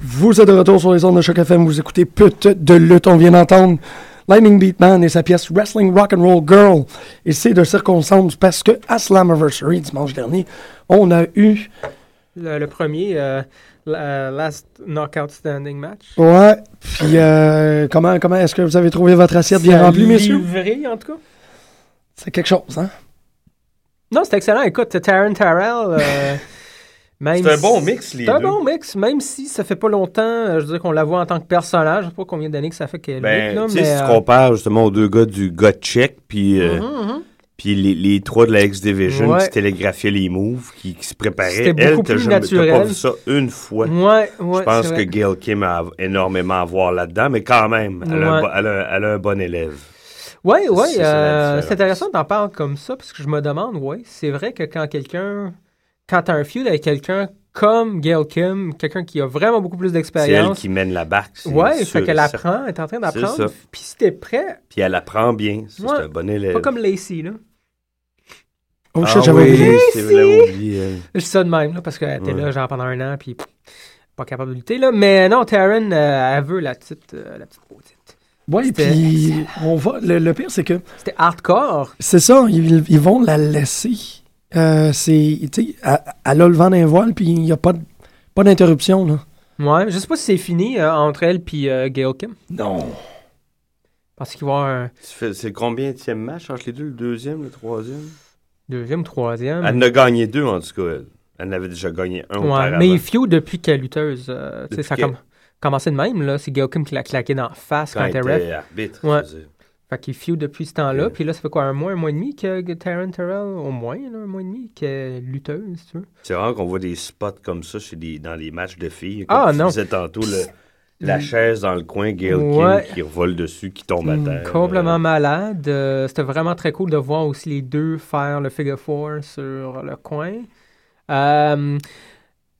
C: Vous êtes de retour sur les ondes de Choc FM. Vous écoutez Pute de lutte. On vient d'entendre Lightning Beatman et sa pièce Wrestling Rock and Roll Girl. Et c'est de circonstance parce que à Slammiversary, dimanche dernier, on a eu
D: Le, le premier, euh, la- Last Knockout Standing Match.
C: ouais. Puis euh, comment comment est-ce que vous avez trouvé votre assiette bien
D: Ça
C: remplie, messieurs
D: livré, en tout cas.
C: C'est quelque chose, hein
D: Non, c'est excellent. Écoute, Taryn Tarrell. euh, même
E: C'est un
D: si-
E: bon mix, les
D: C'est un
E: deux.
D: bon mix, même si ça fait pas longtemps, euh, je veux dire qu'on la voit en tant que personnage. Je sais pas combien d'années que ça fait qu'elle lutte, là,
E: Ben, tu sais,
D: mais,
E: si tu
D: euh, Mhm,
E: compares justement aux deux gars du Gut Check, puis euh, puis les, les trois de la X-Division
D: Ouais.
E: qui se télégraphiaient les moves, qui, qui se préparaient.
D: C'était
E: Elle,
D: beaucoup
E: t'as
D: plus
E: jamais- t'as pas
D: naturel.
E: vu ça une fois.
D: Ouais, ouais.
E: Je pense
D: c'est
E: que
D: vrai.
E: Gail Kim a énormément à voir là-dedans, mais quand même, elle, a, un
D: Ouais.
E: bo- elle a un- elle a un bon élève.
D: Ouais, ouais.
E: c'est ça, la
D: euh,
E: différence.
D: c'est intéressant d'en parler comme ça, parce que je me demande, ouais, c'est vrai que quand quelqu'un. Quand t'as un feud avec quelqu'un comme Gail Kim, quelqu'un qui a vraiment beaucoup plus
E: C'est elle
D: d'expérience.
E: qui mène la barque. c'est
D: Ouais,
E: sûr
D: fait
E: et
D: qu'elle
E: certain.
D: apprend, elle est en train
E: C'est
D: d'apprendre.
E: ça.
D: Puis si t'es prêt,
E: Puis elle apprend bien. Ça,
D: Ouais.
E: C'est un bon élève.
D: pas comme Lacey, là.
C: Oh
E: Ah
C: shit, j'avais
E: oui,
C: oublié.
E: c'est vrai, hein. j'avais oublié, elle.
D: Je dis ça de même, là, parce qu'elle était
E: Ouais.
D: là, genre, pendant un an, puis pff, pas capable de lutter, là. Mais non, Taryn, euh, elle veut la petite, euh, la petite petite.
C: Ouais,
D: C'était
C: puis on va. Le, le pire, c'est que
D: C'était hardcore.
C: c'est ça. Ils, ils vont la laisser. Euh, c'est, tu sais, elle elle a le vent d'un voile, puis il n'y a pas de- pas d'interruption là.
D: Ouais, je sais pas si c'est fini euh, entre elle puis euh, Gail Kim.
C: Non.
D: Parce qu'il va y avoir un
E: Tu fais- C'est combien de match entre les deux? Le deuxième, le troisième?
D: deuxième, troisième.
E: Elle en a gagné deux, en tout cas. Elle, elle en avait déjà gagné un
D: Hmm. ouais,
E: auparavant.
D: mais Feud, depuis qu'elle est lutteuse, euh, tu sais,
E: Depuis
D: ça a
E: qu'elle-
D: com- commencé de même, là. C'est Gail Kim qui l'a claqué dans la face quand,
E: quand
D: elle
E: elle
D: était ref.
E: était arbitre.
D: Ouais.
E: je veux dire.
D: Fait qu'il feud depuis ce temps-là.
E: Ouais.
D: Puis là, ça fait quoi, un mois, un mois et demi que que Taryn Terrell, au moins, là, un mois et demi, qu'elle est lutteuse, si tu veux.
E: C'est rare qu'on voit des spots comme ça chez des, dans les matchs de filles. Comme
D: Ah,
E: tu
D: non.
E: disais tantôt, le- la chaise dans le coin, Gail
D: Ouais. Hmm,
E: King qui revole dessus, qui tombe à terre.
D: Complètement
E: Euh,
D: malade. Euh, C'était vraiment très cool de voir aussi les deux faire le figure four sur le coin. Euh,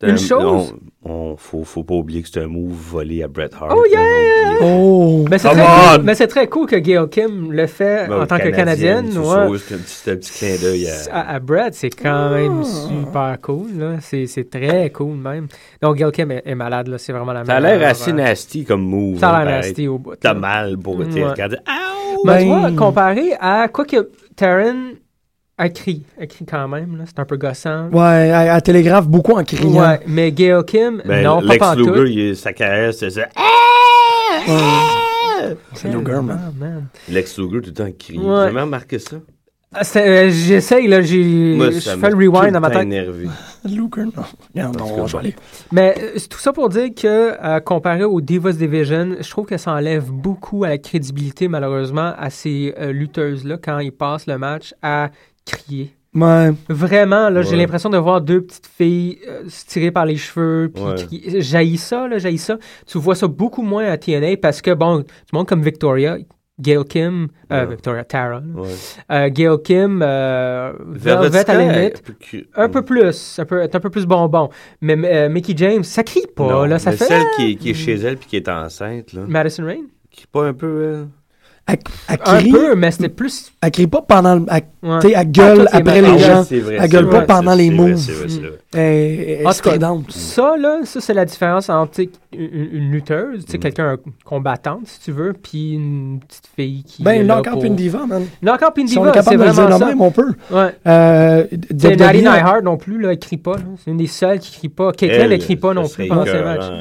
E: c'est
D: Une chose-
E: On, on- faut, faut pas oublier que c'est un move volé à Bret Hart.
D: Oh, yeah!
E: hein, on oublie-
C: Oh.
D: mais c'est
E: Come
D: très,
E: on!
D: cool- mais c'est très cool que Gail Kim le fait
E: Ben,
D: Oh, en tant que Canadienne.
E: c'est
D: ouais.
E: ça, C'est un petit, c'est un petit clin d'œil à...
D: à, à Brad, c'est quand même super cool. là. C'est c'est très cool même. Donc, Gail Kim est, est malade. là. C'est vraiment la
E: Ça a
D: meilleure,
E: l'air assez
D: euh,
E: nasty comme move.
D: Ça a
E: hein,
D: l'air
E: pareil.
D: nasty au bout.
E: T'as
D: là.
E: mal pour t'es
D: Ouais.
E: regardé. Ow!
D: Mais tu
C: Ben-
D: vois, comparé à quoi que Taryn a crié, a crié quand même, là, c'est un peu gossant.
C: Ouais, elle, elle télégraphe beaucoup en criant.
D: Ouais, mais Gail Kim,
E: Ben,
D: non,
E: Lex
D: pas
E: Luger,
D: pantoute.
E: il est- sa caresse, c'est ça. Ah!
C: C'est Luger, man.
D: Ah, man.
E: Lex Luger, tout le temps, il crie.
D: Ouais.
E: J'ai jamais remarqué ça.
D: Ah, c'est- euh, J'essaye, là, j'ai
E: Moi,
D: je
E: ça
D: fais le
E: m'a tout
D: rewind dans ma
E: temps
D: tête.
E: énervé.
D: Ah,
C: Luger, non. Regarde,
E: Parce
C: on
E: que
C: va aller.
D: Mais euh, c'est tout ça pour dire que, euh, comparé au Divas Division, je trouve que ça enlève beaucoup à la crédibilité, malheureusement, à ces euh, lutteuses-là quand ils passent le match à crier.
C: Ouais.
D: Vraiment, là, j'ai
E: Ouais.
D: l'impression de voir deux petites filles euh, se tirer par les cheveux, puis
E: Ouais.
D: crier. J'haïs ça, là, j'haïs ça. Tu vois ça beaucoup moins à TNA parce que, bon, du monde comme Victoria, Gail Kim, euh,
E: Ouais.
D: Victoria Tara, là,
E: Ouais.
D: euh, Gail Kim, euh, Velvet à la limite. Un peu plus, un peu, être un peu plus bonbon. Mais euh, Mickey James, ça crie pas,
E: Non,
D: là, ça
E: mais
D: fait...
E: Celle qui est, qui est chez elle puis qui est enceinte, là.
D: Madison Rain?
E: Crie pas un peu, elle.
C: Elle, elle
D: Un
C: crie,
D: peu, mais c'était plus...
C: elle crie pas pendant le. euh, Elle,
D: ouais.
C: tu sais, elle gueule
D: Ah, toi,
C: après
D: t'es
C: les
D: malade.
C: gens.
E: c'est vrai.
C: elle gueule
E: c'est
D: pas
E: vrai,
C: pendant
E: c'est-
C: les
E: c'est vrai,
C: mots.
E: c'est vrai, c'est vrai.
C: Elle- Elle est
D: En tout cas,
C: stridente.
D: Ça, là, ça, c'est la différence entre tu sais, une, une lutteuse, tu
C: Mm.
D: sais, quelqu'un un combattante, si tu veux, puis une petite fille qui. est
C: Ben,
D: là
C: knock out
D: pour-
C: une diva, man.
D: Knock out
C: Si on est
D: Pindiva, c'est
C: capable de le
D: vraiment
C: dire de
D: ça.
C: même, on peut.
D: Ouais.
C: Euh, d-
D: C'est
C: devenir-
D: Natty Nyhard non plus, là, elle crie pas. là. C'est une des seules qui crie pas. Quelqu'un ne crie pas
E: ça
D: non
E: serait
D: plus pendant ses
E: écœurant,
D: matchs.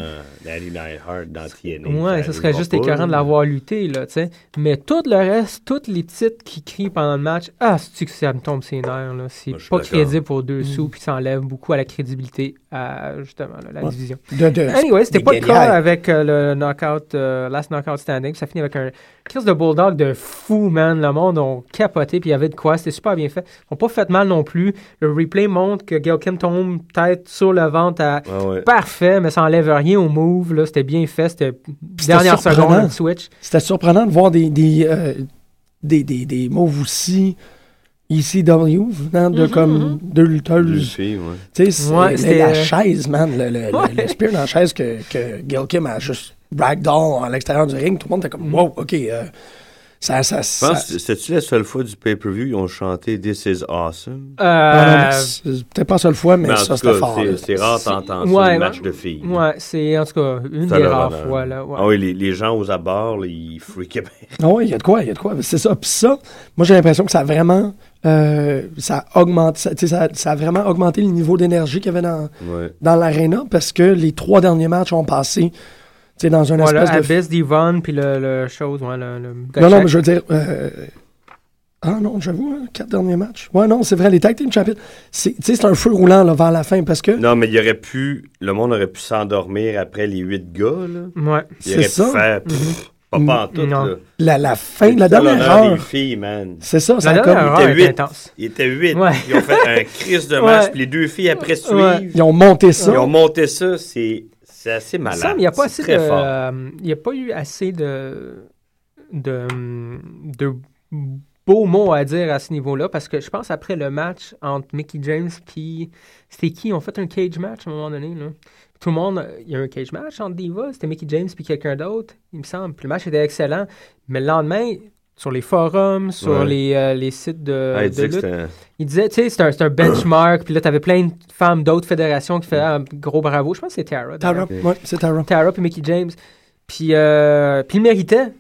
E: Natty Neidhart dans TNA,
D: Ouais, ça serait
E: arrivera
D: juste
E: pas,
D: écœurant de
E: là.
D: l'avoir lutté, là, tu sais. Mais tout le reste, toutes les petites qui crient pendant le match, ah, c'est que ça me tombe ses nerfs, là. C'est
E: Moi, je suis
D: pas
E: d'accord.
D: crédible pour deux sous, puis ça enlève beaucoup à la crédibilité, à, justement, là, la division.
C: de- de-
D: Anyway, c'était
C: des
D: pas le cas
C: guerrières.
D: avec euh, le knockout, euh, last knockout standing. Ça finit avec un crise de bulldog de fou, man. Le monde ont capoté, puis il y avait de quoi. C'était super bien fait. Ils ont pas fait mal non plus. Le replay montre que Gail Kim tombe tête sur le ventre à
E: Ouais, ouais.
D: parfait, mais ça enlève rien au move. là. C'était bien fait. C'était
C: c'était
D: dernière
C: surprenant.
D: seconde, le switch.
C: C'était surprenant de voir des, des, euh, des, des, des moves aussi ECW, venant
D: Mhm,
C: de comme deux
E: Deux
C: lutteuses.
E: filles, ouais.
C: Tu sais, c'est
D: Ouais,
C: la-
D: c'était- euh,
C: la chaise, man, le, le, le-
D: Ouais.
C: le spear dans la chaise
D: Mm.
C: que, que Gail Kim a juste ragdoll à l'extérieur du ring. Tout le monde était comme, wow, ok, euh, Ça, ça,
E: Je
C: ça-
E: pense que c'est-tu la seule fois du pay-per-view ils ont chanté This is awesome?
C: Non, non,
D: Euh,
C: mais c'est peut-être pas la seule fois, mais,
E: Mais en
C: ça,
E: tout
C: c'était
E: cas,
C: fort. là.
E: c'est- c'est rare d'entendre ça,
D: ouais,
E: les matchs
D: ouais.
E: de filles.
D: ouais, c'est en tout cas une
E: Ça
D: des
E: leur
D: rares
E: en a-
D: fois. Là, ouais.
E: Ah oui, les, les gens aux abords, là, ils freakaient bien.
C: Ah oui, il y a de quoi, il y a de quoi. C'est ça. Puis ça, moi, j'ai l'impression que ça a vraiment. euh, ça, a augmenté, ça, tu sais, ça, a- ça a vraiment augmenté le niveau d'énergie qu'il y avait dans,
E: Ouais.
C: dans l'aréna parce que les trois derniers matchs ont passé tu sais, dans un
D: Ouais, là,
C: espèce de.
D: Abyss, Devon, puis le, le chose, ouais, le, le
C: Non, non,
D: Gotchak.
C: mais je veux dire. euh, Ah non, j'avoue, hein, quatre derniers matchs. Ouais, non, c'est vrai, les tag team champions, c'est tu sais, c'est un feu roulant là, vers la fin parce que.
E: Non, mais il aurait pu. Le monde aurait pu s'endormir après les huit gars, là.
D: Ouais.
E: Il
C: C'est
E: aurait
C: ça.
E: pu faire. pff, pas pantoute,
D: Mm. Non. Ben,
E: là.
C: La, la fin,
E: C'est
C: la
E: ça,
C: dernière
E: l'honneur des
C: heure.
E: filles, man.
C: C'est ça, ça
D: La
C: a
D: dernière
C: comme-
D: heure
E: était
D: est
E: huit.
D: intense.
E: Ils étaient huit.
D: Ouais.
E: Ils ont fait un crise de
D: Ouais.
E: match, puis les deux filles après suivent.
D: Ouais.
C: Ils ont monté ça.
E: Ils ont monté ça, c'est c'est assez malade.
D: Sam, il n'y a pas
E: C'est
D: assez de.
E: très fort.
D: euh, Il n'y a pas eu assez de. de. de beaux mots à dire à ce niveau-là parce que je pense après le match entre Mickey James puis c'était qui ils ont fait un cage match à un moment donné là tout le monde il y a eu un cage match entre Diva c'était Mickey James puis quelqu'un d'autre il me semble Puis le match était excellent mais le lendemain sur les forums sur
E: Ouais.
D: les, euh, les sites de,
E: Ah, il
D: de
E: disait que
D: lutte,
E: c'était un-
D: il disait, tu sais, c'est un, c'est un benchmark, puis là, t'avais plein de femmes d'autres fédérations qui faisaient ah, gros bravo. Je pense que c'est Tara.
C: Tara,
D: d'ailleurs.
C: ouais, c'est Tara.
D: Tara puis Mickey James. Puis, euh, puis il méritait.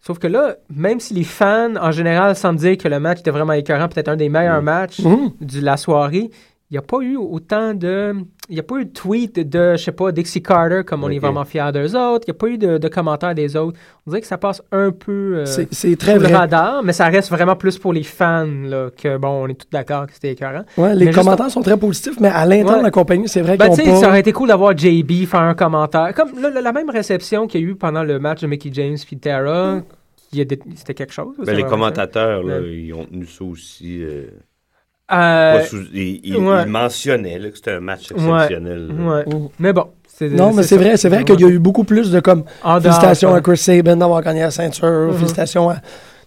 D: Sauf que là, même si les fans, en général, semblent dire que le match était vraiment écœurant, peut-être un des meilleurs matchs
C: Mhm.
D: de la soirée, il n'y a pas eu autant de... Il n'y a pas eu de tweets de, je sais pas, Dixie Carter, comme on est
E: Ok.
D: vraiment fiers d'eux autres. Il n'y a pas eu de, de commentaires des autres. On dirait que ça passe un peu... euh,
C: C'est- C'est très
D: sous le
C: vrai.
D: radar, mais ça reste vraiment plus pour les fans là, que bon, on est tous d'accord que c'était écœurant.
C: Ouais, les
D: Mais juste-
C: commentaires sont très positifs, mais à l'intérieur
D: Ouais.
C: de la compagnie, c'est vrai
D: Ben, tu
C: qu'ils
D: sais,
C: ont
D: ça
C: pas...
D: aurait été cool d'avoir JB faire un commentaire. Comme là, la, la même réception qu'il y a eu pendant le match de Mickey James puis Tara, il y a des- c'était quelque chose. ça,
E: Ben, les
D: vraiment.
E: commentateurs, là,
D: Ouais.
E: ils ont tenu ça aussi. euh,
D: Euh,
E: pas sous- ils, ils-
D: ouais.
E: ils mentionnaient là, que c'était un match exceptionnel. là.
D: ouais.
C: Mm.
D: Mais bon.
C: Non, mais c'est
D: ça.
C: vrai, c'est vrai
D: Ouais.
C: qu'il y a eu beaucoup plus de comme
D: En dehors,
C: félicitations
D: ça.
C: à Chris Sabin d'avoir gagné la ceinture,
D: Mm-hmm.
C: félicitations à...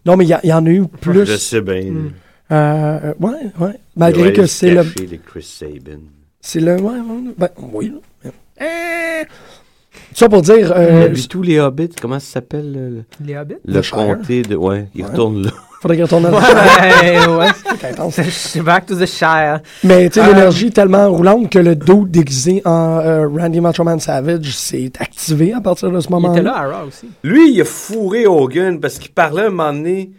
C: Non, mais il y a- il y, en a eu plus.
E: Je sais bien.
D: Hmm.
C: Euh, ouais, ouais. Malgré que c'est le...
E: le. Chris Sabin.
C: C'est le... Ouais, ouais, ben, oui. là. Euh, Ça pour dire... euh,
F: Lui, tous les hobbits, comment ça s'appelle euh, le,
D: Les Hobbits.
F: le
C: Shire.
F: comté de. Ouais, il
C: Ouais.
F: retourne là.
C: faudrait qu'il retourne dans-
D: ouais, ouais.
C: C'est intense.
D: C'est back to the Shire.
C: Mais tu sais,
D: Euh,
C: l'énergie tellement roulante que le dos déguisé en euh, Randy Macho Man Savage s'est activé à partir de ce
D: Il
C: moment-là.
D: était là à Raw aussi.
E: Lui, il a fourré Hogan parce qu'il parlait à un moment donné.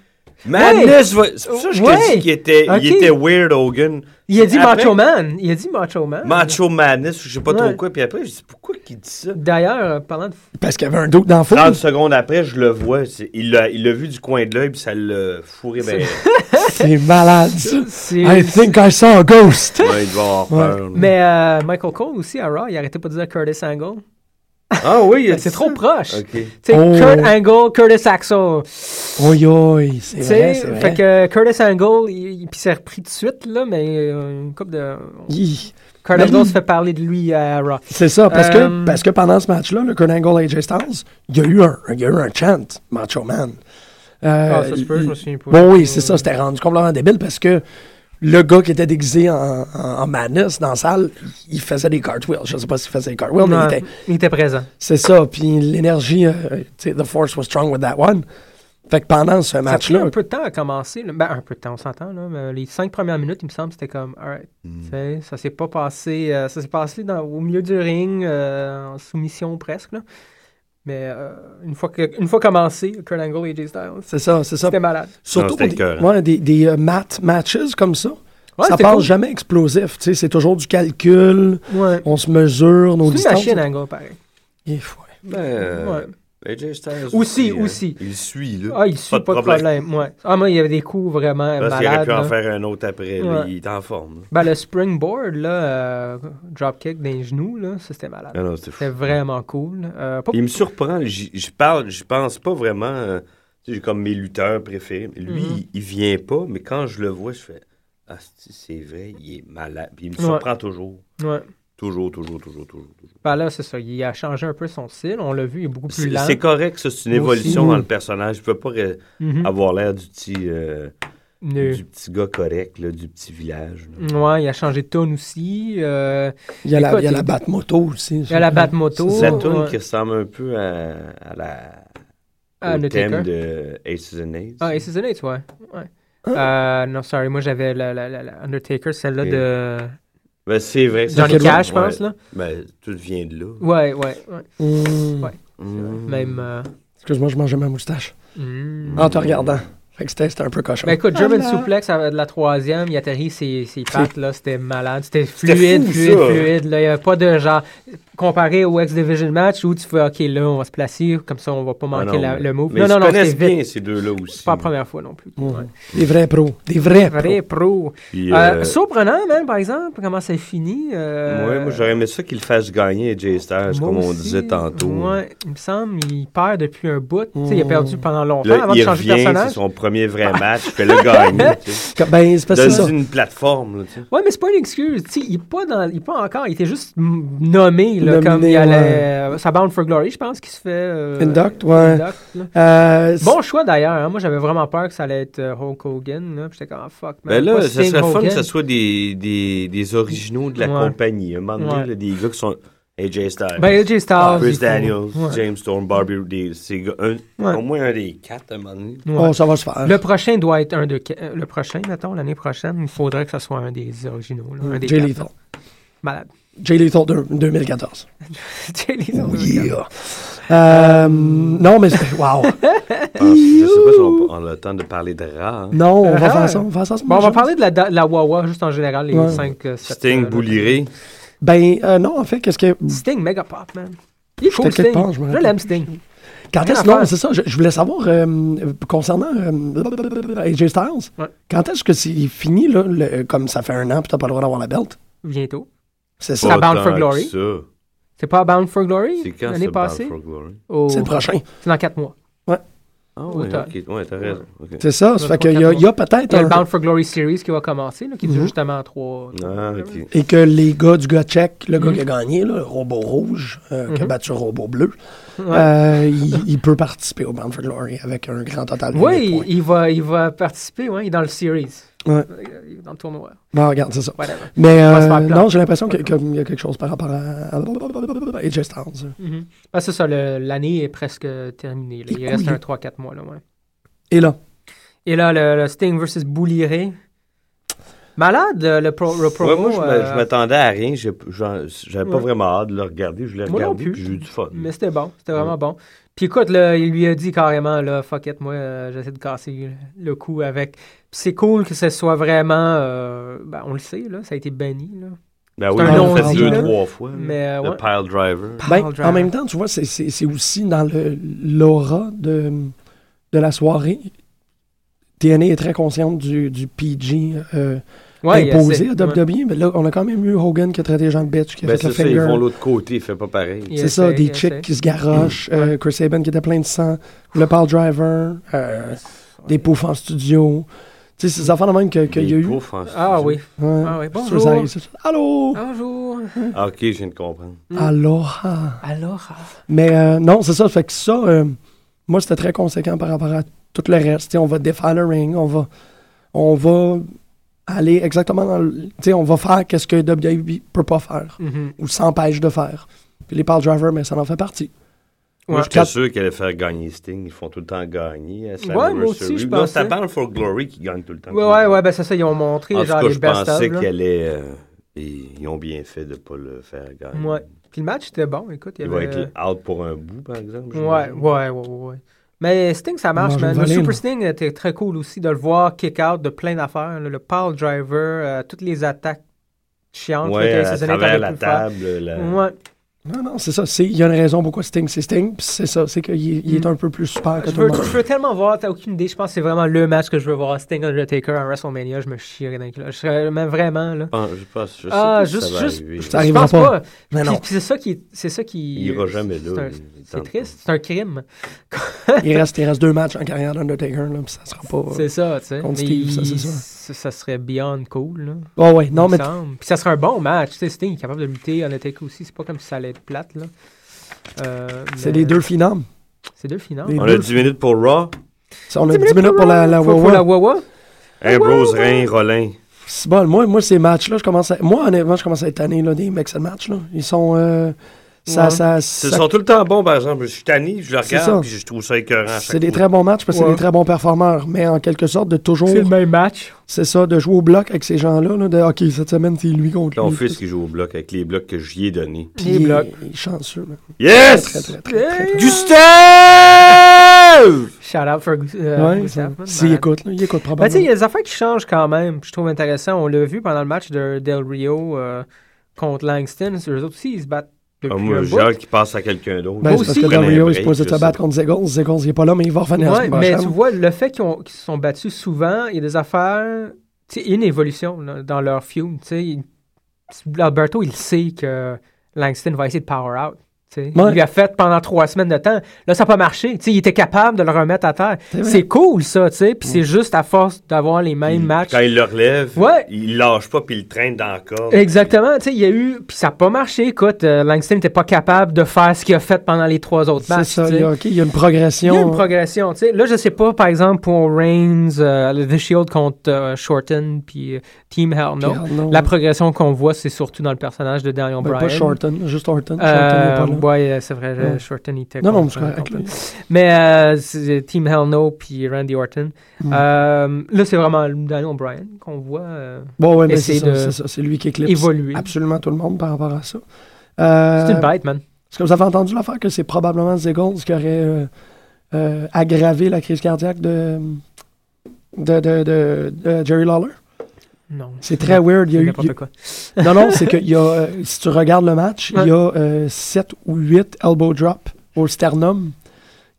E: Madness va- C'est pour ça que je te
D: Ouais.
E: dis qu'il était, il
D: Ok.
E: était weird, Hogan.
D: Il a dit
E: Après-
D: Macho Man. Il a dit Macho Man.
E: Macho Madness, ou je sais pas
D: Ouais.
E: trop quoi. Puis après, je dis pourquoi qu'il dit ça?
D: D'ailleurs, euh, parlant de
C: Parce qu'il y avait un dos dans le fond.
D: Ah.
E: 30 secondes après, je le vois. c'est- Il l'a il l'a vu du coin de l'œil, puis ça l'a fourré. Ben,
C: C'est malade, ça.
D: C'est-
C: I think I saw a ghost.
E: ouais, il doit avoir peur. là.
D: Mais euh, Michael Cole aussi à Raw, il arrêtait pas de dire Curtis Angle.
E: Ah oui, il a dit
D: C'est
E: ça.
D: trop proche.
E: OK.
D: Tu sais,
C: Oh.
D: Kurt Angle, Curtis Axel.
C: Oi, oi, c'est vrai,
D: Tu sais,
C: c'est vrai.
D: fait que euh, Curtis Angle, il, il- puis s'est repris de suite, là, mais euh, une couple de.
C: Hi.
D: Kurt
C: Mais-
D: Angle se fait parler de lui à Raw.
C: C'est ça, parce,
D: Euh,
C: que, parce que pendant ce match-là, le Kurt Angle AJ Styles, il y a eu un, il y a eu un chant, Macho Man. Euh,
D: Ah, ça se peut, je
C: il-
D: me souviens pas.
C: Bon, oui, c'est ça, c'était rendu complètement débile parce que le gars qui était déguisé en, en, en madness dans la salle, il faisait des cartwheels. Je sais pas s'il faisait des cartwheels, mais il
D: Ouais,
C: était,
D: il était présent.
C: C'est ça, puis l'énergie, euh, tu sais, the force was strong with that one. Fait que pendant ce
D: Ça a pris
C: match-là,
D: un peu de temps à commencer. là. Ben, un peu de temps, on s'entend. Là, mais les cinq premières minutes, il me semble, c'était comme, alright.
C: Hmm.
D: Tu sais, Ça s'est pas passé. euh, ça s'est passé dans- au milieu du ring, euh, en soumission presque. là. Mais euh, une, fois que, une fois commencé, Kurt Angle et Jay Styles,
C: c'est ça, c'est ça.
D: c'était malade.
C: Surtout
E: Non,
C: pour
E: c'était
C: des,
E: écœurant.
C: ouais, des, des euh, mat matches comme ça,
D: Ouais,
C: ça
D: c'était
C: passe
D: cool.
C: jamais explosif. tu sais, C'est toujours du calcul,
D: Ouais.
C: on se mesure, nos
D: C'est une
C: distances.
D: machine hein. Angle, pareil.
C: Et f- ouais.
E: Ben, euh,
D: Ouais.
E: AJ Styles
D: Aussi,
E: hein.
D: aussi.
E: Il suit, là.
D: Ah, il suit pas, de problème. ouais. Ah, moi, il y avait des coups vraiment
E: Parce qu'il aurait
D: malades.
E: pu en
D: là.
E: faire un autre après. là.
D: Ouais.
E: Il est en forme. là.
D: Ben, le springboard, là, euh, dropkick d'un genou, là, ça, c'était malade.
E: Ah non, c'était fou.
D: C'était vraiment cool. Euh, pas-
E: Il me surprend. J'y j'y parle, je pense pas vraiment. euh, tu sais, J'ai comme mes lutteurs préférés. Lui,
D: Mhm.
E: il, il vient pas, mais quand je le vois, je fais Ah, c'est c'est vrai, il est malade. Puis il me
D: Ouais.
E: surprend toujours.
D: Ouais.
E: Toujours, toujours, toujours, toujours. toujours.
D: Ben là, c'est ça. Il a changé un peu son style. On l'a vu, il est beaucoup plus
E: C'est
D: lent.
E: c'est correct, ça. C'est une
D: Moi aussi.
E: évolution dans le personnage. Je peux pas re-
D: Mhm.
E: avoir l'air du petit. euh,
D: Nul. Mm.
E: Du petit gars correct, là, du petit village. là.
D: Ouais, il a changé de tone aussi. euh,
C: Il y a la,
D: Écoute,
C: il y a
D: il-
C: la batte-moto aussi.
D: il a la batte moto.
E: C'est Sa toune
D: ouais.
E: qui ressemble un peu à, à la.
D: Ah,
E: au thème
D: Undertaker.
E: de Aces and Aids.
D: Ah, Aces and Eights, ouais. ouais.
E: Hein?
D: Euh, non, sorry, moi j'avais la, la, la- la Undertaker, celle-là
E: Ok.
D: de
E: Ben, c'est vrai. c'est-
D: Johnny
C: quel
D: Cash, je
E: Ouais.
D: pense. Là.
E: Ben, tout vient de là.
D: Ouais, ouais, ouais.
C: Mmh.
E: Mm.
D: Même. euh,
C: Excuse-moi, je mangeais ma moustache.
D: hmm.
C: En te regardant. Fait que c'était c'était un peu cochon.
D: Ben écoute, German Suplex à- de la troisième, il atterrit ses, ses pattes, là, c'était malade, c'était
E: C'était
D: fluide,
E: fou,
D: fluide,
E: ça.
D: fluide, là, il n'y avait pas de genre, comparé au X-Division match où tu fais, OK, là, on va se placer, comme ça, on va pas
E: Ah
D: manquer
E: non,
D: la-
E: mais-
D: le move.
E: Mais
D: non,
E: ils
D: non,
E: se
D: non,
E: connaissent
D: c'était vite,
E: bien, ces deux-là aussi.
D: pas la première fois non plus.
C: Mmh.
D: Ouais.
C: Des vrais pros. Des vrais pros.
D: Vrai pro.
E: Puis,
D: Euh,
E: euh,
D: surprenant, même, par exemple, comment ça finit. euh,
E: ouais, moi, j'aurais aimé ça qu'il fasse gagner Jay Styles,
D: moi
E: comme on
D: aussi,
E: disait tantôt. Mmh.
D: Ouais, il me semble, il perd depuis un bout. Tu sais, Il a perdu pendant longtemps
E: Là,
D: avant de
E: il
D: changer de
E: revient, c'est
D: personnage.
E: son premier vrai match, fait le gagner. tu sais.
C: Que- Ben, c'est parce que c'est ça.
E: Donne-lui une plateforme, là, tu sais.
D: Ouais, mais c'est pas une excuse. Tu sais, il est pas dans, il est pas encore. Il était juste mm, nommé, là,
C: Nominé,
D: comme il allait.
C: ouais.
D: euh, Sa Bound for Glory, je pense, qui se fait. euh,
C: Induct, ouais.
D: induct, là.
C: Euh,
D: Bon choix d'ailleurs. hein. Moi, j'avais vraiment peur que ça allait être euh, Hulk Hogan. Là. Puis J'étais comme ah, fuck. man,
E: Ben là,
D: pas
E: ça
D: Sting
E: serait fun
D: Hogan.
E: que ce soit des, des, des originaux de la
D: Ouais.
E: compagnie. À un moment donné,
D: Ouais.
E: là, des gars qui sont AJ Styles,
D: Ben, AJ Styles. il
E: Chris
D: faut-
E: Daniels,
D: ouais.
E: James Storm, Barbie Deal. C'est gars- un-
D: Ouais.
E: au moins un des quatre à un moment donné.
D: Ouais.
C: Oh, ça va se faire.
D: Le prochain doit être un de. euh, Le prochain, mettons, l'année prochaine, il faudrait que ce soit un des originaux. Là, un des
C: Jay
D: quatre.
C: Lethal.
D: Malade.
C: Jay Lethal deux- 2014.
D: Jay Lethal.
C: Oh,
D: hein.
C: Yeah. Euh, non, mais c'est. Wow.
E: Ah, je sais pas si on, on a le temps de parler de hein. rare.
C: Non, on va
D: Ah.
C: faire ça. On va faire ça. ce
D: Bon, on va
C: matin.
D: parler de la, da- de la Wawa, juste en général, les euh,
C: Ouais.
D: 5.
E: Sting, Bouliré.
C: Ben, euh, non, en fait, qu'est-ce que.
D: Sting, méga pop, man. Il est cool,
C: T'inquiète
D: Sting.
C: pas, je me
D: je
C: rappelle.
D: l'aime, Sting.
C: Quand
D: Rien
C: est-ce.
D: à
C: Non,
D: faire.
C: c'est ça. Je, je voulais savoir euh, concernant euh, AJ Styles.
D: Ouais.
C: Quand est-ce que c'est fini, là, le- comme ça fait un an, puis t'as pas le droit d'avoir la belt?
D: Bientôt.
C: C'est ça.
E: Pas
D: Ah, Bound
E: tant
D: for
E: que
D: Glory.
E: ça.
D: C'est pas à Bound for
E: C'est
D: Glory
E: quand
D: l'année
E: ça, Bound
D: passée?
E: for Glory?
D: Oh,
C: C'est le prochain.
D: c'est dans 4 mois.
E: Ah ouais,
D: Automne.
E: ok. Ouais, t'as raison. ok.
C: C'est ça. Ça
D: Ouais,
C: fait
D: trois,
C: qu'il y a,
D: quatre
C: il y a peut-être
D: Il y a le
C: un.
D: Bound for Glory series qui va commencer, là, qui
C: Mhm.
D: dure justement 3.
E: Ah, ok.
C: Et que les gars du gars tchèque, le gars
D: Mhm.
C: qui a gagné, là, le robot rouge, euh, qui a battu le robot bleu, euh, il, il peut participer au Bound for Glory avec un grand total. de
D: Oui,
C: huit
D: il,
C: points.
D: il va, il va participer, ouais, il est dans le series.
C: Ouais.
D: Il est dans le tournoi.
C: Bon, regarde, c'est ça.
D: Whatever.
C: Mais
D: va se
C: euh,
D: faire plate.
C: non, j'ai l'impression que- que- qu'il y a quelque chose par rapport à, à AJ Styles.
D: Mhm. Ah, c'est ça, le- l'année est presque terminée. là. Il
C: Il
D: reste
C: couille.
D: un 3-4 mois, là, ouais.
C: Et là,
D: Et là, le, le Sting versus Bouliré. Malade, le, le pro, le promo,
E: Ouais, moi, je me-
D: euh,
E: je m'attendais à rien. J'ai- j'en- J'avais pas
D: Ouais.
E: vraiment hâte de le regarder. Je l'ai
D: Moi non
E: regardé
D: plus.
E: puis j'ai eu du fun.
D: Mais c'était bon, c'était
E: Mm.
D: vraiment bon. Puis écoute, là, il lui a dit carrément, là, fuck it, moi, euh, j'essaie de casser le coup avec. Puis c'est cool que ce soit vraiment. euh, ben, on le sait, là, ça a été banni, là.
E: Ben
D: C'est
E: oui,
D: un
E: on l'a fait
C: non-dit,
E: deux,
C: là.
E: trois fois. là.
D: Mais, euh,
E: Mm. Le
D: ouais.
E: pile driver.
D: Pile
C: ben,
D: driver.
C: en même temps, tu vois, c'est- c'est c'est aussi dans le- l'aura de, de la soirée. TNA est très consciente du, du PG euh,
D: Ouais,
C: imposé
D: il
C: à
D: essaie, ouais.
C: WWE, mais là, on a quand même eu Hogan qui a traité les gens de bitch, qui a
E: Ben,
C: fait
E: c'est
C: le
E: ça, ils
C: finger.
E: vont l'autre côté. Il fait pas pareil.
D: Il
C: C'est ça,
D: essaie,
C: des
D: il essaie.
C: chicks qui se garochent, euh, Chris Saban qui était plein de sang, le pile driver, euh, des poufs en studio. Tu sais, ces affaires de même que- qu'il y a
E: Les
C: eu.
E: poufs en
D: Ah
E: studio.
D: oui.
C: Ouais.
D: Ah oui.
C: Ça, ça
D: Bonjour.
C: arrive, c'est ça. Allô?
D: Bonjour.
E: Ah, ok, je viens de comprendre.
D: Mm.
C: Aloha.
D: Alors. ah.
C: Mais euh, non, c'est ça. Fait que ça, euh, moi, c'était très conséquent par rapport à tout le reste. Tu sais, on va défaire le ring, on va, on va aller exactement dans le. Tu sais, on va faire qu'est-ce que WWE peut pas faire
D: Mhm.
C: ou s'empêche de faire. Puis les pile drivers, mais ça en fait partie.
E: Moi,
D: Ouais.
E: j'étais sûr qu'elle allait faire gagner Sting. Ils font tout le temps gagner. hein, À
D: Ouais, moi aussi, je
E: pense. Non,
D: pensais.
E: ça parle for Glory qui gagne tout le temps.
D: Ouais, ouais, ouais, ben c'est ça, ils ont montré
E: En tout
D: genre
E: cas,
D: les
E: je
D: best
E: pensais
D: of. là.
E: qu'elle allait. euh, ils ils ont bien fait de ne pas le faire gagner.
D: Ouais. Puis le match était bon, écoute. Il, y
E: Il va
D: avait...
E: être out pour un bout, par exemple.
D: Ouais,
E: j'imagine.
D: ouais, ouais, ouais. Mais Sting, ça marche,
C: Mange
D: man.
C: une
D: Le
C: volée,
D: Super
C: là.
D: Sting était très cool aussi de le voir kick-out de plein d'affaires. là. Le power driver, euh, toutes les attaques chiantes.
E: Ouais,
D: là, que
E: à
D: Aces and Eights
E: travers
D: avaient
E: la
D: pu faire.
E: table. euh, la-
D: Ouais.
C: Non, non, c'est ça. C'est- Il y a une raison pourquoi Sting, c'est Sting. Puis c'est ça, c'est qu'il est- il est un peu plus super que
D: Mm. Je
C: tout le
D: veux,
C: monde.
D: je veux tellement voir, t'as aucune idée. Je pense que c'est vraiment le match que je veux voir. Sting Undertaker à WrestleMania, je me chierais dans le cul. Je serais même vraiment, là.
E: Je pense- je pense- je sais
D: Ah,
E: pas si
D: juste,
E: ça va
D: juste,
E: arriver.
D: je
C: Ça arrivera
D: pense
C: pas. Mais
D: Puis-
C: non.
D: puis c'est ça qui, c'est ça qui.
E: Il ira jamais là,
D: c'est un-
E: il
D: C'est
E: tente pas.
D: triste, c'est un crime.
C: Il reste, il reste deux matchs en carrière d'Undertaker, là, puis ça sera pas.
D: C'est ça, tu sais.
C: Contre
D: Mais
C: Steve, ça, c'est
D: il-
C: sûr.
D: ça serait beyond cool, là.
C: Oh, ouais, non,
D: Non,
C: mais
D: Puis ça serait un bon match. Tu sais, Sting est capable de lutter, Undertaker aussi. C'est pas comme si ça allait être plate, là. Euh,
C: c'est
D: mais-
C: les deux finales.
D: C'est deux finales.
C: Les
E: On
C: deux-
E: a 10 minutes pour Raw.
C: Ça, on a 10 minutes pour la, la
D: Faut- faut
C: Wawa.
D: la Wawa.
E: Ambrose, Reign, Hein, Rollin.
C: C'est bon, moi, moi ces matchs-là, je commence à... Moi, honnêtement, je commence à être tanné là, des mecs de match. Là. Ils sont... euh, Ça, ça,
E: Ils
C: ça-
E: sont tout le temps bons, par exemple. Je suis tanné, je le
C: C'est ça.
E: regarde, puis je trouve ça écœurant. à chaque
C: c'est des
E: fois.
C: très bons matchs parce que
D: Ouais.
C: c'est des très bons performeurs. Mais en quelque sorte, de toujours,
D: C'est le même match.
C: c'est ça, de jouer au bloc avec ces gens-là. là, de, OK, cette semaine, c'est lui contre
E: Ton
C: lui.
E: fils qui joue au bloc avec les blocs que je lui ai donnés.
C: Puis
D: Les
C: il est-
D: blocs.
C: il est chanceux. là. Très,
E: Yes!
C: très, très, très, très.
F: Gustave!
D: Shout out for Gus- euh,
C: Ouais,
D: Gustave, man.
C: s'il écoute, là, il écoute
D: Ben, tu sais, il
C: probablement.
D: y a des affaires qui changent quand même. Je trouve intéressant. On l'a vu pendant le match de Del Rio euh, contre Langston. Eux autres aussi, ils se battent depuis
E: Ah, moi,
D: un
E: j'ai
D: bout.
E: hâte qu'il passe à quelqu'un d'autre.
C: Ben,
D: Moi
C: c'est parce
D: aussi,
C: que
D: il prenait
C: Del Rio
E: un
C: est supposé
E: break, je
C: se battre
E: sais.
C: contre Zegons. Zegons, il est pas là, mais il va revenir la
D: Ouais,
C: semaine
D: mais tu
C: prochaine.
D: vois, le fait qu'ils ont- qu'ils se sont battus souvent, il y a des affaires. tu sais, Il y a une évolution là, dans leur feud. tu sais. Il- Alberto, il sait que Langston va essayer de power out. tu sais.
C: Ouais.
D: Il l'a fait pendant trois semaines de temps. Là, ça n'a pas marché. Tu sais, il était capable de le remettre à terre.
C: vrai. Mm.
D: C'est cool, ça. tu sais. Puis c'est juste à force d'avoir les mêmes matchs.
E: Quand il le relève,
D: Ouais.
E: il lâche pas, puis il le traîne dans le corps.
D: Exactement, tu sais, il y a eu, puis ça n'a pas marché, écoute, euh, Langston n'était pas capable de faire ce qu'il a fait pendant les trois autres
C: C'est
D: matchs.
C: ça,
D: ben, tu
C: il
D: sais.
C: y, a, ok, il y a une
D: Il
C: progression.
D: y a une progression, tu sais. Là, je sais pas, par exemple, pour Reigns, euh, The Shield contre euh, Shorten, puis euh, Team Hell No.
C: Hell No,
D: la
C: ouais.
D: progression qu'on voit, c'est surtout dans le personnage de Daniel
C: euh, Ben,
D: Bryan.
C: pas Shorten, là, juste Horton. Shorten
D: Euh,
C: est pas là.
D: ouais, euh, c'est vrai, euh,
C: Ouais.
D: Shorten, il était
C: Non, non,
D: contre-
C: c'est correct, là.
D: Mais euh, c'est Team Hell No, puis Randy Orton.
C: Mm.
D: Euh, là, c'est vraiment Daniel Bryan qu'on voit. euh,
C: Bon, ouais, mais
D: essayer
C: c'est ça,
D: de
C: c'est ça, c'est lui qui éclipse
D: évoluer.
C: absolument tout le monde par rapport à ça. Euh,
D: C'est une bête, man.
C: Est-ce que vous avez entendu l'affaire que c'est probablement Zegons qui aurait euh, euh, aggravé la crise cardiaque de, de, de, de- de Jerry Lawler?
D: Non.
C: C'est très weird. Il y a
D: C'est
C: eu-
D: n'importe quoi.
C: il- non, non, c'est que il y a, euh, si tu regardes le match, il y a euh, 7 ou 8 elbow drops au sternum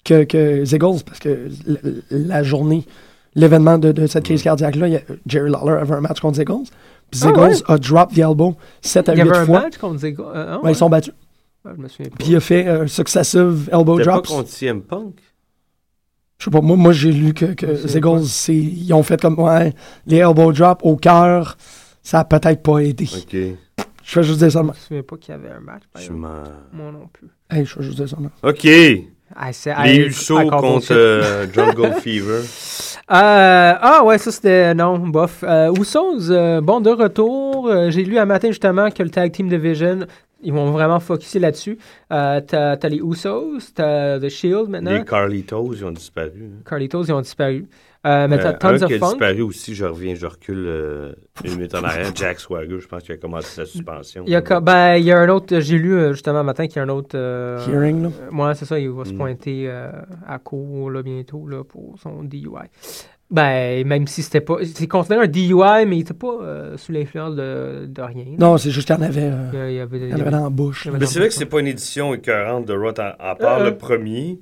C: que, que Zegons, parce que l- la journée, l'événement de, de cette crise cardiaque-là, il y a- Jerry Lawler avait un match contre Zegons. Puis
D: Ah
C: Zegons a drop the elbow 7 à
D: Il y
C: 8
D: avait un
C: fois.
D: match contre Zego. euh, ah,
C: Ouais,
D: ouais.
C: Ils sont battus.
D: Ah, je me souviens pas.
C: Puis il a fait un successive elbow
E: T'es pas
C: drops.
E: contre CM Punk?
C: Je sais pas, moi, moi j'ai lu que, que
D: C'est
C: Zegos, c'est- ils ont fait comme ouais, les elbow drops au cœur, ça a peut-être pas aidé.
E: OK.
C: Je fais juste dire ça de
D: Je
C: même.
D: me souviens pas qu'il y avait un match. par
E: Je
D: exemple.
E: m'en...
D: Moi non plus.
C: Hey, je fais juste dire ça de même.
E: OK.
D: Ah, c'est- ah,
E: Les
D: I- I
E: Usos
D: call
E: contre
D: bullshit.
E: euh, Jungle Fever.
D: Euh, ah ouais, ça c'était. Non, bof. Euh, Usos, euh, bon, de retour. Euh, J'ai lu un matin justement que le Tag Team Division, ils vont vraiment focuser là-dessus. Euh, t'as t'as les Usos, t'as The Shield maintenant.
E: Les Carlitos, ils ont disparu. hein.
D: Carlitos, ils ont disparu. Euh, mais t'as
E: Euh, un
D: Tons of
E: qui a
D: Funk.
E: disparu aussi, je reviens, je recule euh, une minute en arrière. Jack Swagger, je pense qu'il a commencé sa suspension.
D: Il y, a, co- ben, il y a un autre, j'ai lu euh, justement un matin qu'il y a un autre. euh,
C: Hearing, là.
D: Moi, c'est ça, il va se
E: Mm.
D: pointer euh, à court là, bientôt là, pour son DUI. Ben, même si c'était pas. C'est considéré un DUI, mais il était pas euh, sous l'influence de, de rien.
C: Non, c'est juste qu'il y en avait, euh,
D: Il y a- il y avait,
C: il y en avait dans la bouche.
D: il y avait
E: Mais
D: dans-
E: c'est vrai que c'est pas une édition écœurante de Rot à, à
D: Euh,
E: part
D: euh.
E: le premier.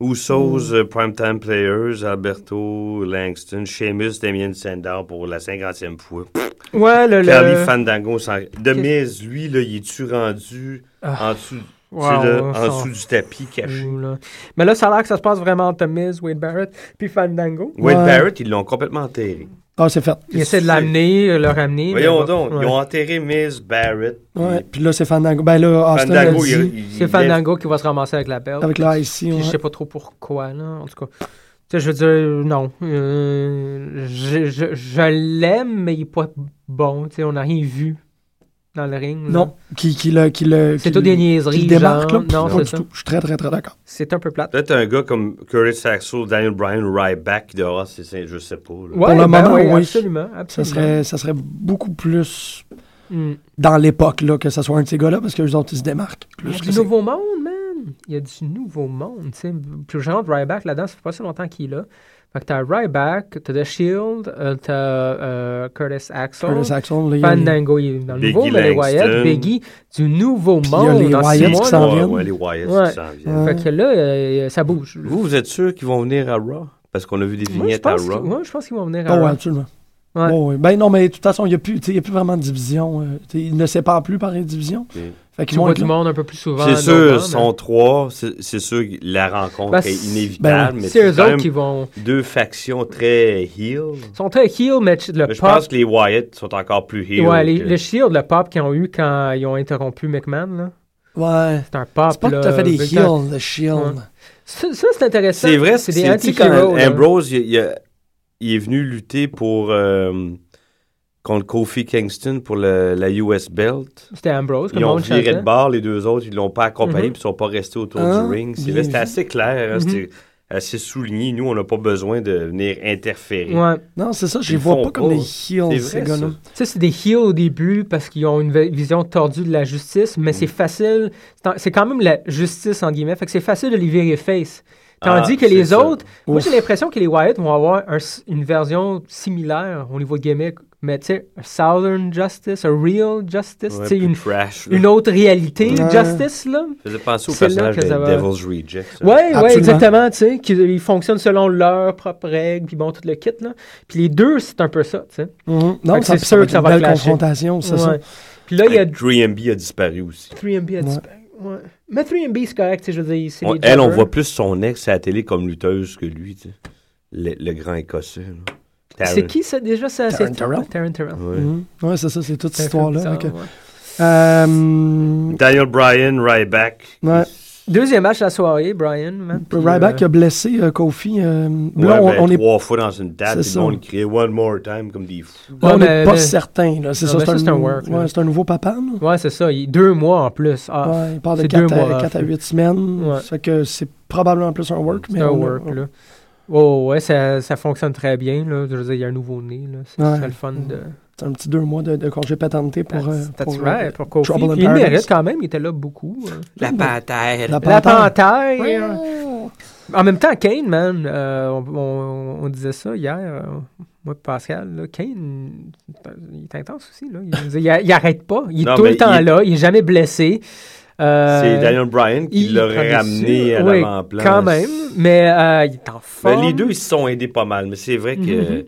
E: Usos, euh, Primetime Players, Alberto Langston, Seamus, Damien Sandow pour la 50e fois.
D: Ouais, le. le-
E: Carly Fandango, sans... De Miz, lui, là, il est-tu rendu
D: Ah.
E: en dessous,
D: Ouais,
E: tu sais, là,
D: on va
E: en
D: s'en
E: dessous du tapis caché?
D: fout, Mm, là. Mais là, ça a l'air que ça se passe vraiment entre Miz, Wade Barrett, puis Fandango.
E: Wade
C: Ouais.
E: Barrett, ils l'ont complètement enterré.
C: Ah, c'est fait.
D: Il essaie de l'amener, euh, le ramener. mais
E: Voyons
D: bon,
E: donc,
D: ouais.
E: ils ont enterré Miz Barrett.
C: Ouais, puis là, c'est Fandango. Ben là, Austin a
E: Fandango,
C: dit,
E: il, il-
D: C'est
E: il
D: Fandango qui va se ramasser avec la belle.
C: avec la IC,
D: Puis
C: ouais.
D: je sais pas trop pourquoi, là, en tout cas. Tu sais, je veux dire, non. Euh, je je, je l'aime, mais il est pas bon. Tu sais, on n'a rien vu dans le ring. là.
C: Non, qui, qui le. Qui le
D: C'est
C: qui-
D: tout des
C: qui
D: niaiseries.
C: le démarque,
D: genre.
C: là.
D: hein. Non,
C: Pas
D: c'est
C: du
D: ça.
C: tout. Je suis très, très, très d'accord.
D: C'est un peu plate.
E: Peut-être un gars comme Curry Saxo, Daniel Bryan, Ryback, de ah, c'est ça, je sais pas. là.
D: Ouais,
C: Euh, le
D: ben
C: moment,
D: oui,
C: oui.
D: Absolument,
C: Ça
D: absolument.
C: serait, ça serait beaucoup plus
D: Mm.
C: dans l'époque, là, que ce soit un de ces gars-là, parce que les autres, ils se démarquent.
D: Il y a
C: Plus que
D: du
C: c'est-
D: nouveau monde, man. Il y a du nouveau monde. tu sais. Puis le genre de Ryback là-dedans, ça fait pas si longtemps qu'il est là. Fait que t'as Ryback, t'as The Shield, euh, t'as euh, Curtis Axel.
C: Curtis Axel, là, il y a-
D: Fandango, il est dans le
E: Biggie
D: nouveau, mais les
E: Langston.
D: Wyatt, Biggie, du nouveau
C: il y a
D: monde.
C: les
D: dans six
C: Wyatt
D: mois,
C: qui
D: là.
C: s'en
E: Ouais,
C: viennent.
E: ouais, les Wyatts
D: Ouais.
E: qui s'en viennent.
D: Fait que là, euh, ça bouge.
E: Vous, vous êtes sûr qu'ils vont venir à Raw? Parce qu'on a vu des
D: Moi, je
E: vignettes à
D: pense qu'ils-
E: Raw.
D: moi, je pense qu'ils vont venir
C: Ah
D: à
C: ouais,
D: Raw.
C: absolument.
D: Ouais.
C: Ouais, ouais. Ben non, mais de toute façon, il n'y a, plus- tu sais, il y a plus vraiment de division. euh, tu sais, ils ne séparent plus par les divisions. Fait
D: Tu
C: qu'ils vont
D: vois
C: être
D: du
C: là.
D: monde un peu plus souvent.
E: C'est sûr,
D: novembre, hein.
E: ils sont trois. C'est c'est sûr que la rencontre
D: Ben,
E: est
D: c'est-
E: inévitable,
D: mais
E: mais
D: C'est
E: c'est
D: eux
E: quand
D: autres
E: même
D: qui vont.
E: deux factions très heel.
D: Ils sont très heel, mais le
E: Mais je
D: pop.
E: pense que les Wyatt sont encore plus heel.
D: ouais, les,
E: que-
D: le shield, le pop qu'ils ont eu quand ils ont interrompu McMahon, là.
C: Ouais.
D: C'est un pop.
C: C'est pas
D: là,
C: tout à fait des
D: big time.
C: heels, le shield.
D: Ouais. Ça, ça, c'est intéressant.
E: C'est vrai,
D: c'est
E: c'est
D: des
E: des
D: anti-heroes, là.
E: Ambrose, il, il a- il est venu lutter pour euh, contre Kofi Kingston pour le- la US Belt.
D: C'était Ambrose, que
E: Ils
D: le
E: ont
D: monde
E: viré de
D: chantait.
E: bord, les deux autres, ils l'ont pas accompagné,
D: Mhm.
E: puis ils sont pas restés autour
C: Ah,
E: du ring. C'est-
C: bien
E: C'était
C: vu.
E: assez clair, hein,
D: Mhm.
E: c'était assez souligné. Nous, on n'a pas besoin de venir interférer.
D: Ouais.
C: Non, c'est ça, je
E: Ils
C: les vois
E: font
C: pas comme
E: pas.
C: des heels,
E: C'est
C: ces
E: vrai,
C: gars-là.
E: ça.
D: Ça, c'est des heels au début parce qu'ils ont une vi- vision tordue de la justice, mais c'est facile. c'est en- C'est quand même la justice, en guillemets. Fait que c'est facile de les virer face. Tandis
E: Ah,
D: que les
E: c'est ça.
D: autres, moi, j'ai
C: Ouf.
D: l'impression que les Wyatt vont avoir un s- une version similaire au niveau gimmick. Mais tu sais, un Southern Justice, un Real Justice,
E: Ouais,
D: tu sais,
E: plus
D: une,
E: trash, là.
D: une autre réalité,
C: Ouais.
D: Justice, là.
E: Ça faisait penser au
D: C'est là
E: personnage
D: que
E: de
D: ça va-
E: Devil's Reject. ça.
D: Ouais, ouais,
C: Absolument.
D: exactement, tu sais, qu'ils ils fonctionnent selon leurs propres règles, puis bon, tout le kit, là. Puis les deux, c'est un peu ça, tu sais.
C: Mhm.
D: Fait
C: Non,
D: que
C: ça,
D: c'est sûr
C: va
D: que
C: être
D: ça
C: une
D: va
C: belle
D: clasher.
C: confrontation, c'est ça.
D: Ouais. Puis là, il y a
E: 3MB a disparu aussi.
D: 3MB a
C: Ouais.
D: disparu. Ouais. Mais 3MB, c'est correct, tu sais, je veux dire, c'est
E: On-
D: des
E: elle, on
D: jobbers.
E: voit plus son ex à la télé comme lutteuse que lui, tu sais. le, le grand écossais. là. Taryn.
D: C'est qui, ça, déjà? ça, c'est-
C: Taryn Terrell.
D: Taryn Terrell.
E: Ouais.
C: Mhm. Ouais, c'est ça, c'est toute cette
D: Ça,
C: histoire-là. avec, euh,
D: ouais.
C: euh,
E: Daniel Bryan, Ryback.
C: Ouais.
D: Deuxième match de la soirée, Brian. man, puis,
C: Ryback
D: euh,
C: a blessé euh, Kofi. euh,
E: Ouais,
C: là, on-
E: ben,
C: on n'est
E: trois fois dans une date,
C: C'est
E: puis
C: ça.
E: le monde criait One More Time comme des fous.
C: on
D: Ouais,
C: n'est
D: mais-
C: pas
D: mais-
C: certain. là. C'est
D: Non,
C: ça,
D: mais ça, c'est un work,
C: ouais,
D: là.
C: c'est un nouveau papa. là.
D: Ouais, c'est ça. Il, deux mois en plus. Ah,
C: Ouais, il part de
D: c'est
C: 4
D: deux
C: à,
D: mois,
C: quatre à
D: hein.
C: 8 semaines.
D: Ouais.
C: Ça fait que c'est probablement plus un work. Mais
D: c'est un
C: on-
D: work,
C: on-
D: là. Oh, ouais, ça, ça fonctionne très bien, là. Je veux dire, il y a un nouveau-né, là. C'est
C: Ouais.
D: c'est le fun de.
C: C'est un petit deux mois de, de congé paternité pour, euh,
D: That's-
C: pour,
D: that's
C: euh,
D: right, pour Kofi.
C: Trouble in
D: Puis Il
C: Paradise.
D: mérite quand même, il était là beaucoup. euh.
E: La patère.
C: la
D: La
C: panthère.
D: panthère! En même temps, Kane, man, euh, on, on- on disait ça hier, euh, moi et Pascal, là, Kane, il est intense aussi. Là. Il, il a- il arrête pas. Il est
E: Non,
D: tout
E: mais
D: le temps
E: il-
D: là. Il est jamais blessé. Euh,
E: C'est Daniel Bryan qui
D: il- il prend
E: l'aurait
D: des
E: ramené
D: sur-
E: à
D: oui,
E: l'avant-plan.
D: Quand même, mais euh, il est en
E: Ben,
D: forme.
E: les deux, ils se sont aidés pas mal, mais c'est vrai que.
D: Mhm.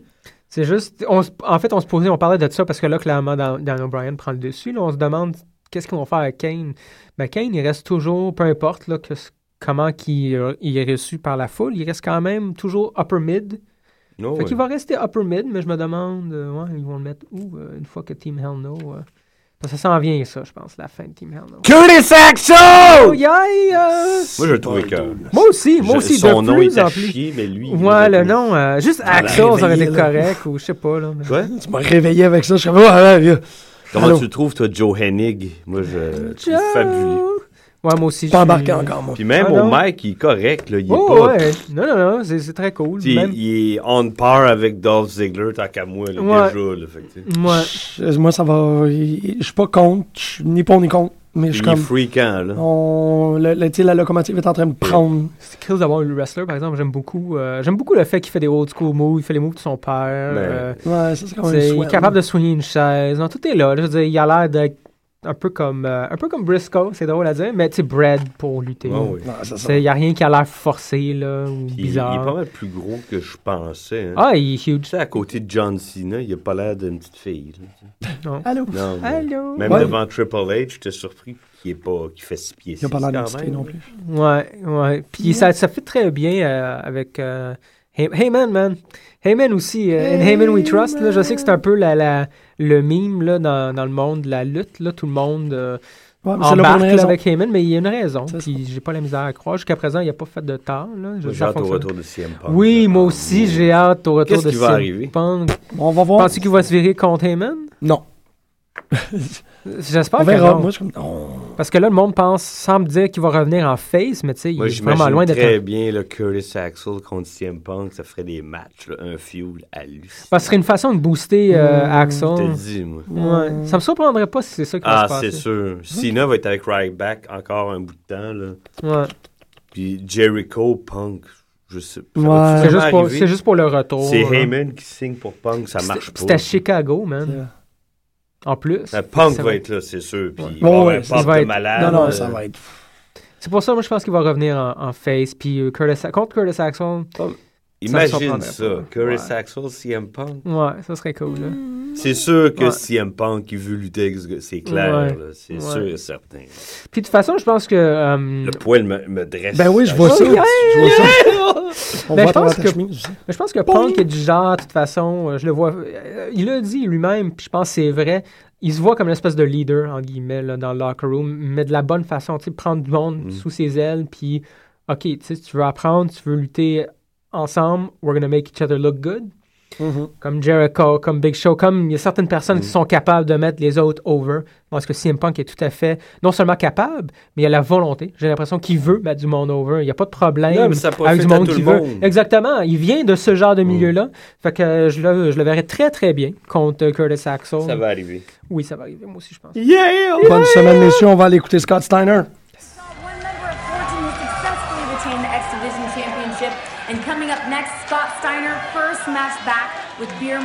D: C'est juste, on, se- en fait, on se posait, on parlait de ça parce que là, clairement, Dan- Daniel Bryan prend le dessus. Là, on se demande qu'est-ce qu'ils vont faire avec Kane. Mais Kane, il reste toujours, peu importe là, que, ce- comment qu'il, euh, il est reçu par la foule, il reste quand même toujours upper mid.
E: non, euh,
D: Fait
E: ouais.
D: qu'il va rester upper mid, mais je me demande, euh, ouais, ils vont le mettre où euh, une fois que Team Hell No. euh, parce que ça s'en vient, ça, je pense, la fin de Team Hell No.
F: Curtis
D: Oh,
F: Axel!
D: yeah, euh,
E: Moi, je le trouvais que.
D: Moi aussi, moi
E: Je-
D: aussi,
E: Son
D: de
E: nom
D: plus
E: est
D: en
E: à
D: plus.
E: chier, mais lui. il
D: Ouais,
E: l'avait
D: le
E: pas.
D: nom, euh, juste Axel, ça aurait été correct, ou je sais pas, là. mais-
E: Quoi?
C: Tu m'as réveillé avec ça. Je suis comme, Ah, là, vieux.
E: Comment
C: Allô?
E: tu le trouves, toi, Joe Hennig? Moi, je. je trouve fabuleux.
D: Ouais, moi aussi. je
C: pas
D: suis-
C: embarqué encore, moi.
E: Puis même
D: Ah,
E: au
D: non.
E: Mike, il est correct, là. Il est
D: Oh,
E: pas.
D: ouais. Non, non, non, c'est c'est très cool.
E: Tu sais,
D: Même-
E: Il est on par avec Dolph Ziggler, tant qu'à moi, là,
D: Ouais.
E: déjà. Là, fait que, tu sais.
D: Ouais.
C: Je- Euh, Moi, ça va. Je suis pas contre. Je suis ni pour ni contre. Mais je
E: Il
C: suis
E: est
C: comme.
E: freakant,
D: hein.
E: là.
C: On, le- le- tu sais, la locomotive est en train de prendre.
D: C'est cool d'avoir le wrestler, par exemple. J'aime beaucoup, euh, j'aime beaucoup le fait qu'il fait des old school moves, il fait les moves de son père.
E: Ben,
D: euh,
C: Ouais, ça, c'est quand même
D: c'est- il est
C: swell.
D: capable de soigner une chaise. Non, tout est là. là. je veux dire, il a l'air d'être un peu comme, euh, un peu comme Briscoe, c'est drôle à dire, mais tu sais, bread pour lutter.
E: Ouais, ouais.
C: Ouais, c'est ça.
D: Il n'y a rien qui a l'air forcé, là, ou
E: Puis Il, il est
D: bizarre.
E: pas mal plus gros que je pensais. hein.
D: ah, il est
E: Tu
D: huge.
E: sais, à côté de John Cena, il a pas l'air d'une petite fille. là, tu sais.
C: Allô?
E: Non. mais-
D: Allô?
E: Même
C: Ouais.
E: devant Triple H, j'étais surpris qu'il est pas, qu'il fait six pieds.
C: Il n'a pas
E: six,
C: l'air
E: quand
C: d'excité
E: même.
C: non plus.
D: Ouais, ouais. Puis ça, ça fait très bien euh, avec euh, Hey- Heyman, man. Heyman aussi. euh, in Heyman We Trust. Là, je sais que c'est un peu la, la- le mime là, dans, dans le monde de la lutte. Là, tout le monde euh,
C: Ouais, Ah, mais c'est là pour
D: embarque
C: une
D: là,
C: raison.
D: avec Heyman, mais il y a une raison.
C: C'est
D: Puis j'ai pas la misère à croire. Jusqu'à présent, il n'y a pas fait de tort. Là. Je-
E: Moi, J'ai
D: ça
E: hâte au
D: fonctionne.
E: retour de CM Punk.
D: Oui,
E: là.
D: moi aussi, j'ai hâte au retour
E: Qu'est-ce
D: de
E: qui va
D: CM
E: arriver?
D: Punk.
C: On va voir.
D: Penses-tu qu'il va se virer contre Heyman?
C: Non.
D: J'espère
C: On
D: que
C: verra.
D: non.
C: Moi, je suis comme. oh, non.
D: Parce que là, le monde pense, semble dire qu'il va revenir en face, mais tu sais, il
E: Moi,
D: est vraiment
E: j'imagine
D: loin d'être un-
E: très bien le Curtis Axel contre CM Punk. Ça ferait des matchs, là, un fuel à lui.
D: Parce que ce serait une façon de booster euh, Axel.
E: Je te dis, moi.
D: Ouais. Ça me surprendrait pas si c'est ça qui va
E: Ah,
D: se passer.
E: c'est sûr.
C: Hein?
E: Cena va être avec Ryback encore un bout de temps. Là.
D: Ouais.
E: Puis Jericho, Punk, je sais pas.
C: Ouais.
E: Ça va-tu
D: C'est
E: vraiment
D: juste, pour-
E: arriver?
D: c'est juste pour le retour.
E: C'est
D: là.
E: Heyman qui signe pour Punk, ça
D: C'était-
E: marche pas.
D: C'était à Chicago, man. En plus.
E: Euh, Punk
D: C'est-
E: va être là, c'est sûr. Puis il
C: Ouais,
E: va avoir
C: ouais,
E: un
C: ça
E: pop
D: va
E: de
D: être-
E: malade.
C: Non, non,
E: euh,
C: ça va être.
D: C'est pour ça, moi, je pense qu'il va revenir en, en face. Puis euh, Curtis, contre Curtis Axel, Ça
E: Imagine
D: me
E: ça.
D: surprendrait pas.
E: Curtis
D: Ouais.
E: Axel, CM Punk.
D: ouais, ça serait cool. là.
E: C'est sûr que
D: Ouais.
E: CM Punk, il veut lutter avec ce gars. C'est clair,
D: Ouais.
E: là, c'est
D: Ouais.
E: sûr et certain.
D: Puis de toute façon, je pense que. euh,
E: Le poil me, me dresse.
C: Ben oui, je vois
D: Oh,
C: ça.
D: yeah,
C: Je vois ça. On
D: Ben,
C: va
D: je pense
C: attendre ta
D: que-
C: chemise.
D: Mais je pense que Punk est du genre, de toute façon, euh, je le vois. euh, il l'a dit lui-même, puis je pense que c'est vrai. Il se voit comme une espèce de leader, en guillemets, là, dans le locker room, mais de la bonne façon, tu sais, prendre du monde sous ses ailes, puis, OK, tu sais, si tu veux apprendre, tu veux lutter ensemble, we're gonna make each other look good. comme Jericho, comme Big Show, comme il y a certaines personnes
E: Mm.
D: qui sont capables de mettre les autres over. Je pense que CM Punk est tout à fait, non seulement capable, mais il a la volonté. J'ai l'impression qu'il veut mettre du monde over. Il n'y a pas de problème
E: Non, mais ça profite
D: avec du
E: à
D: monde
E: tout
D: qui
E: le
D: veut.
E: monde. Mm.
D: Exactement. Il vient de ce genre de milieu-là. Fait que euh, je le, je le verrais très, très bien contre Curtis Axel.
E: Ça va arriver.
D: Oui, ça va arriver. Moi aussi, je pense.
C: Bonne semaine, messieurs. On va aller écouter Scott Steiner.
H: One member of 14 who successfully retained the X Division Championship. And coming up next, Scott Steiner, first match back with Beer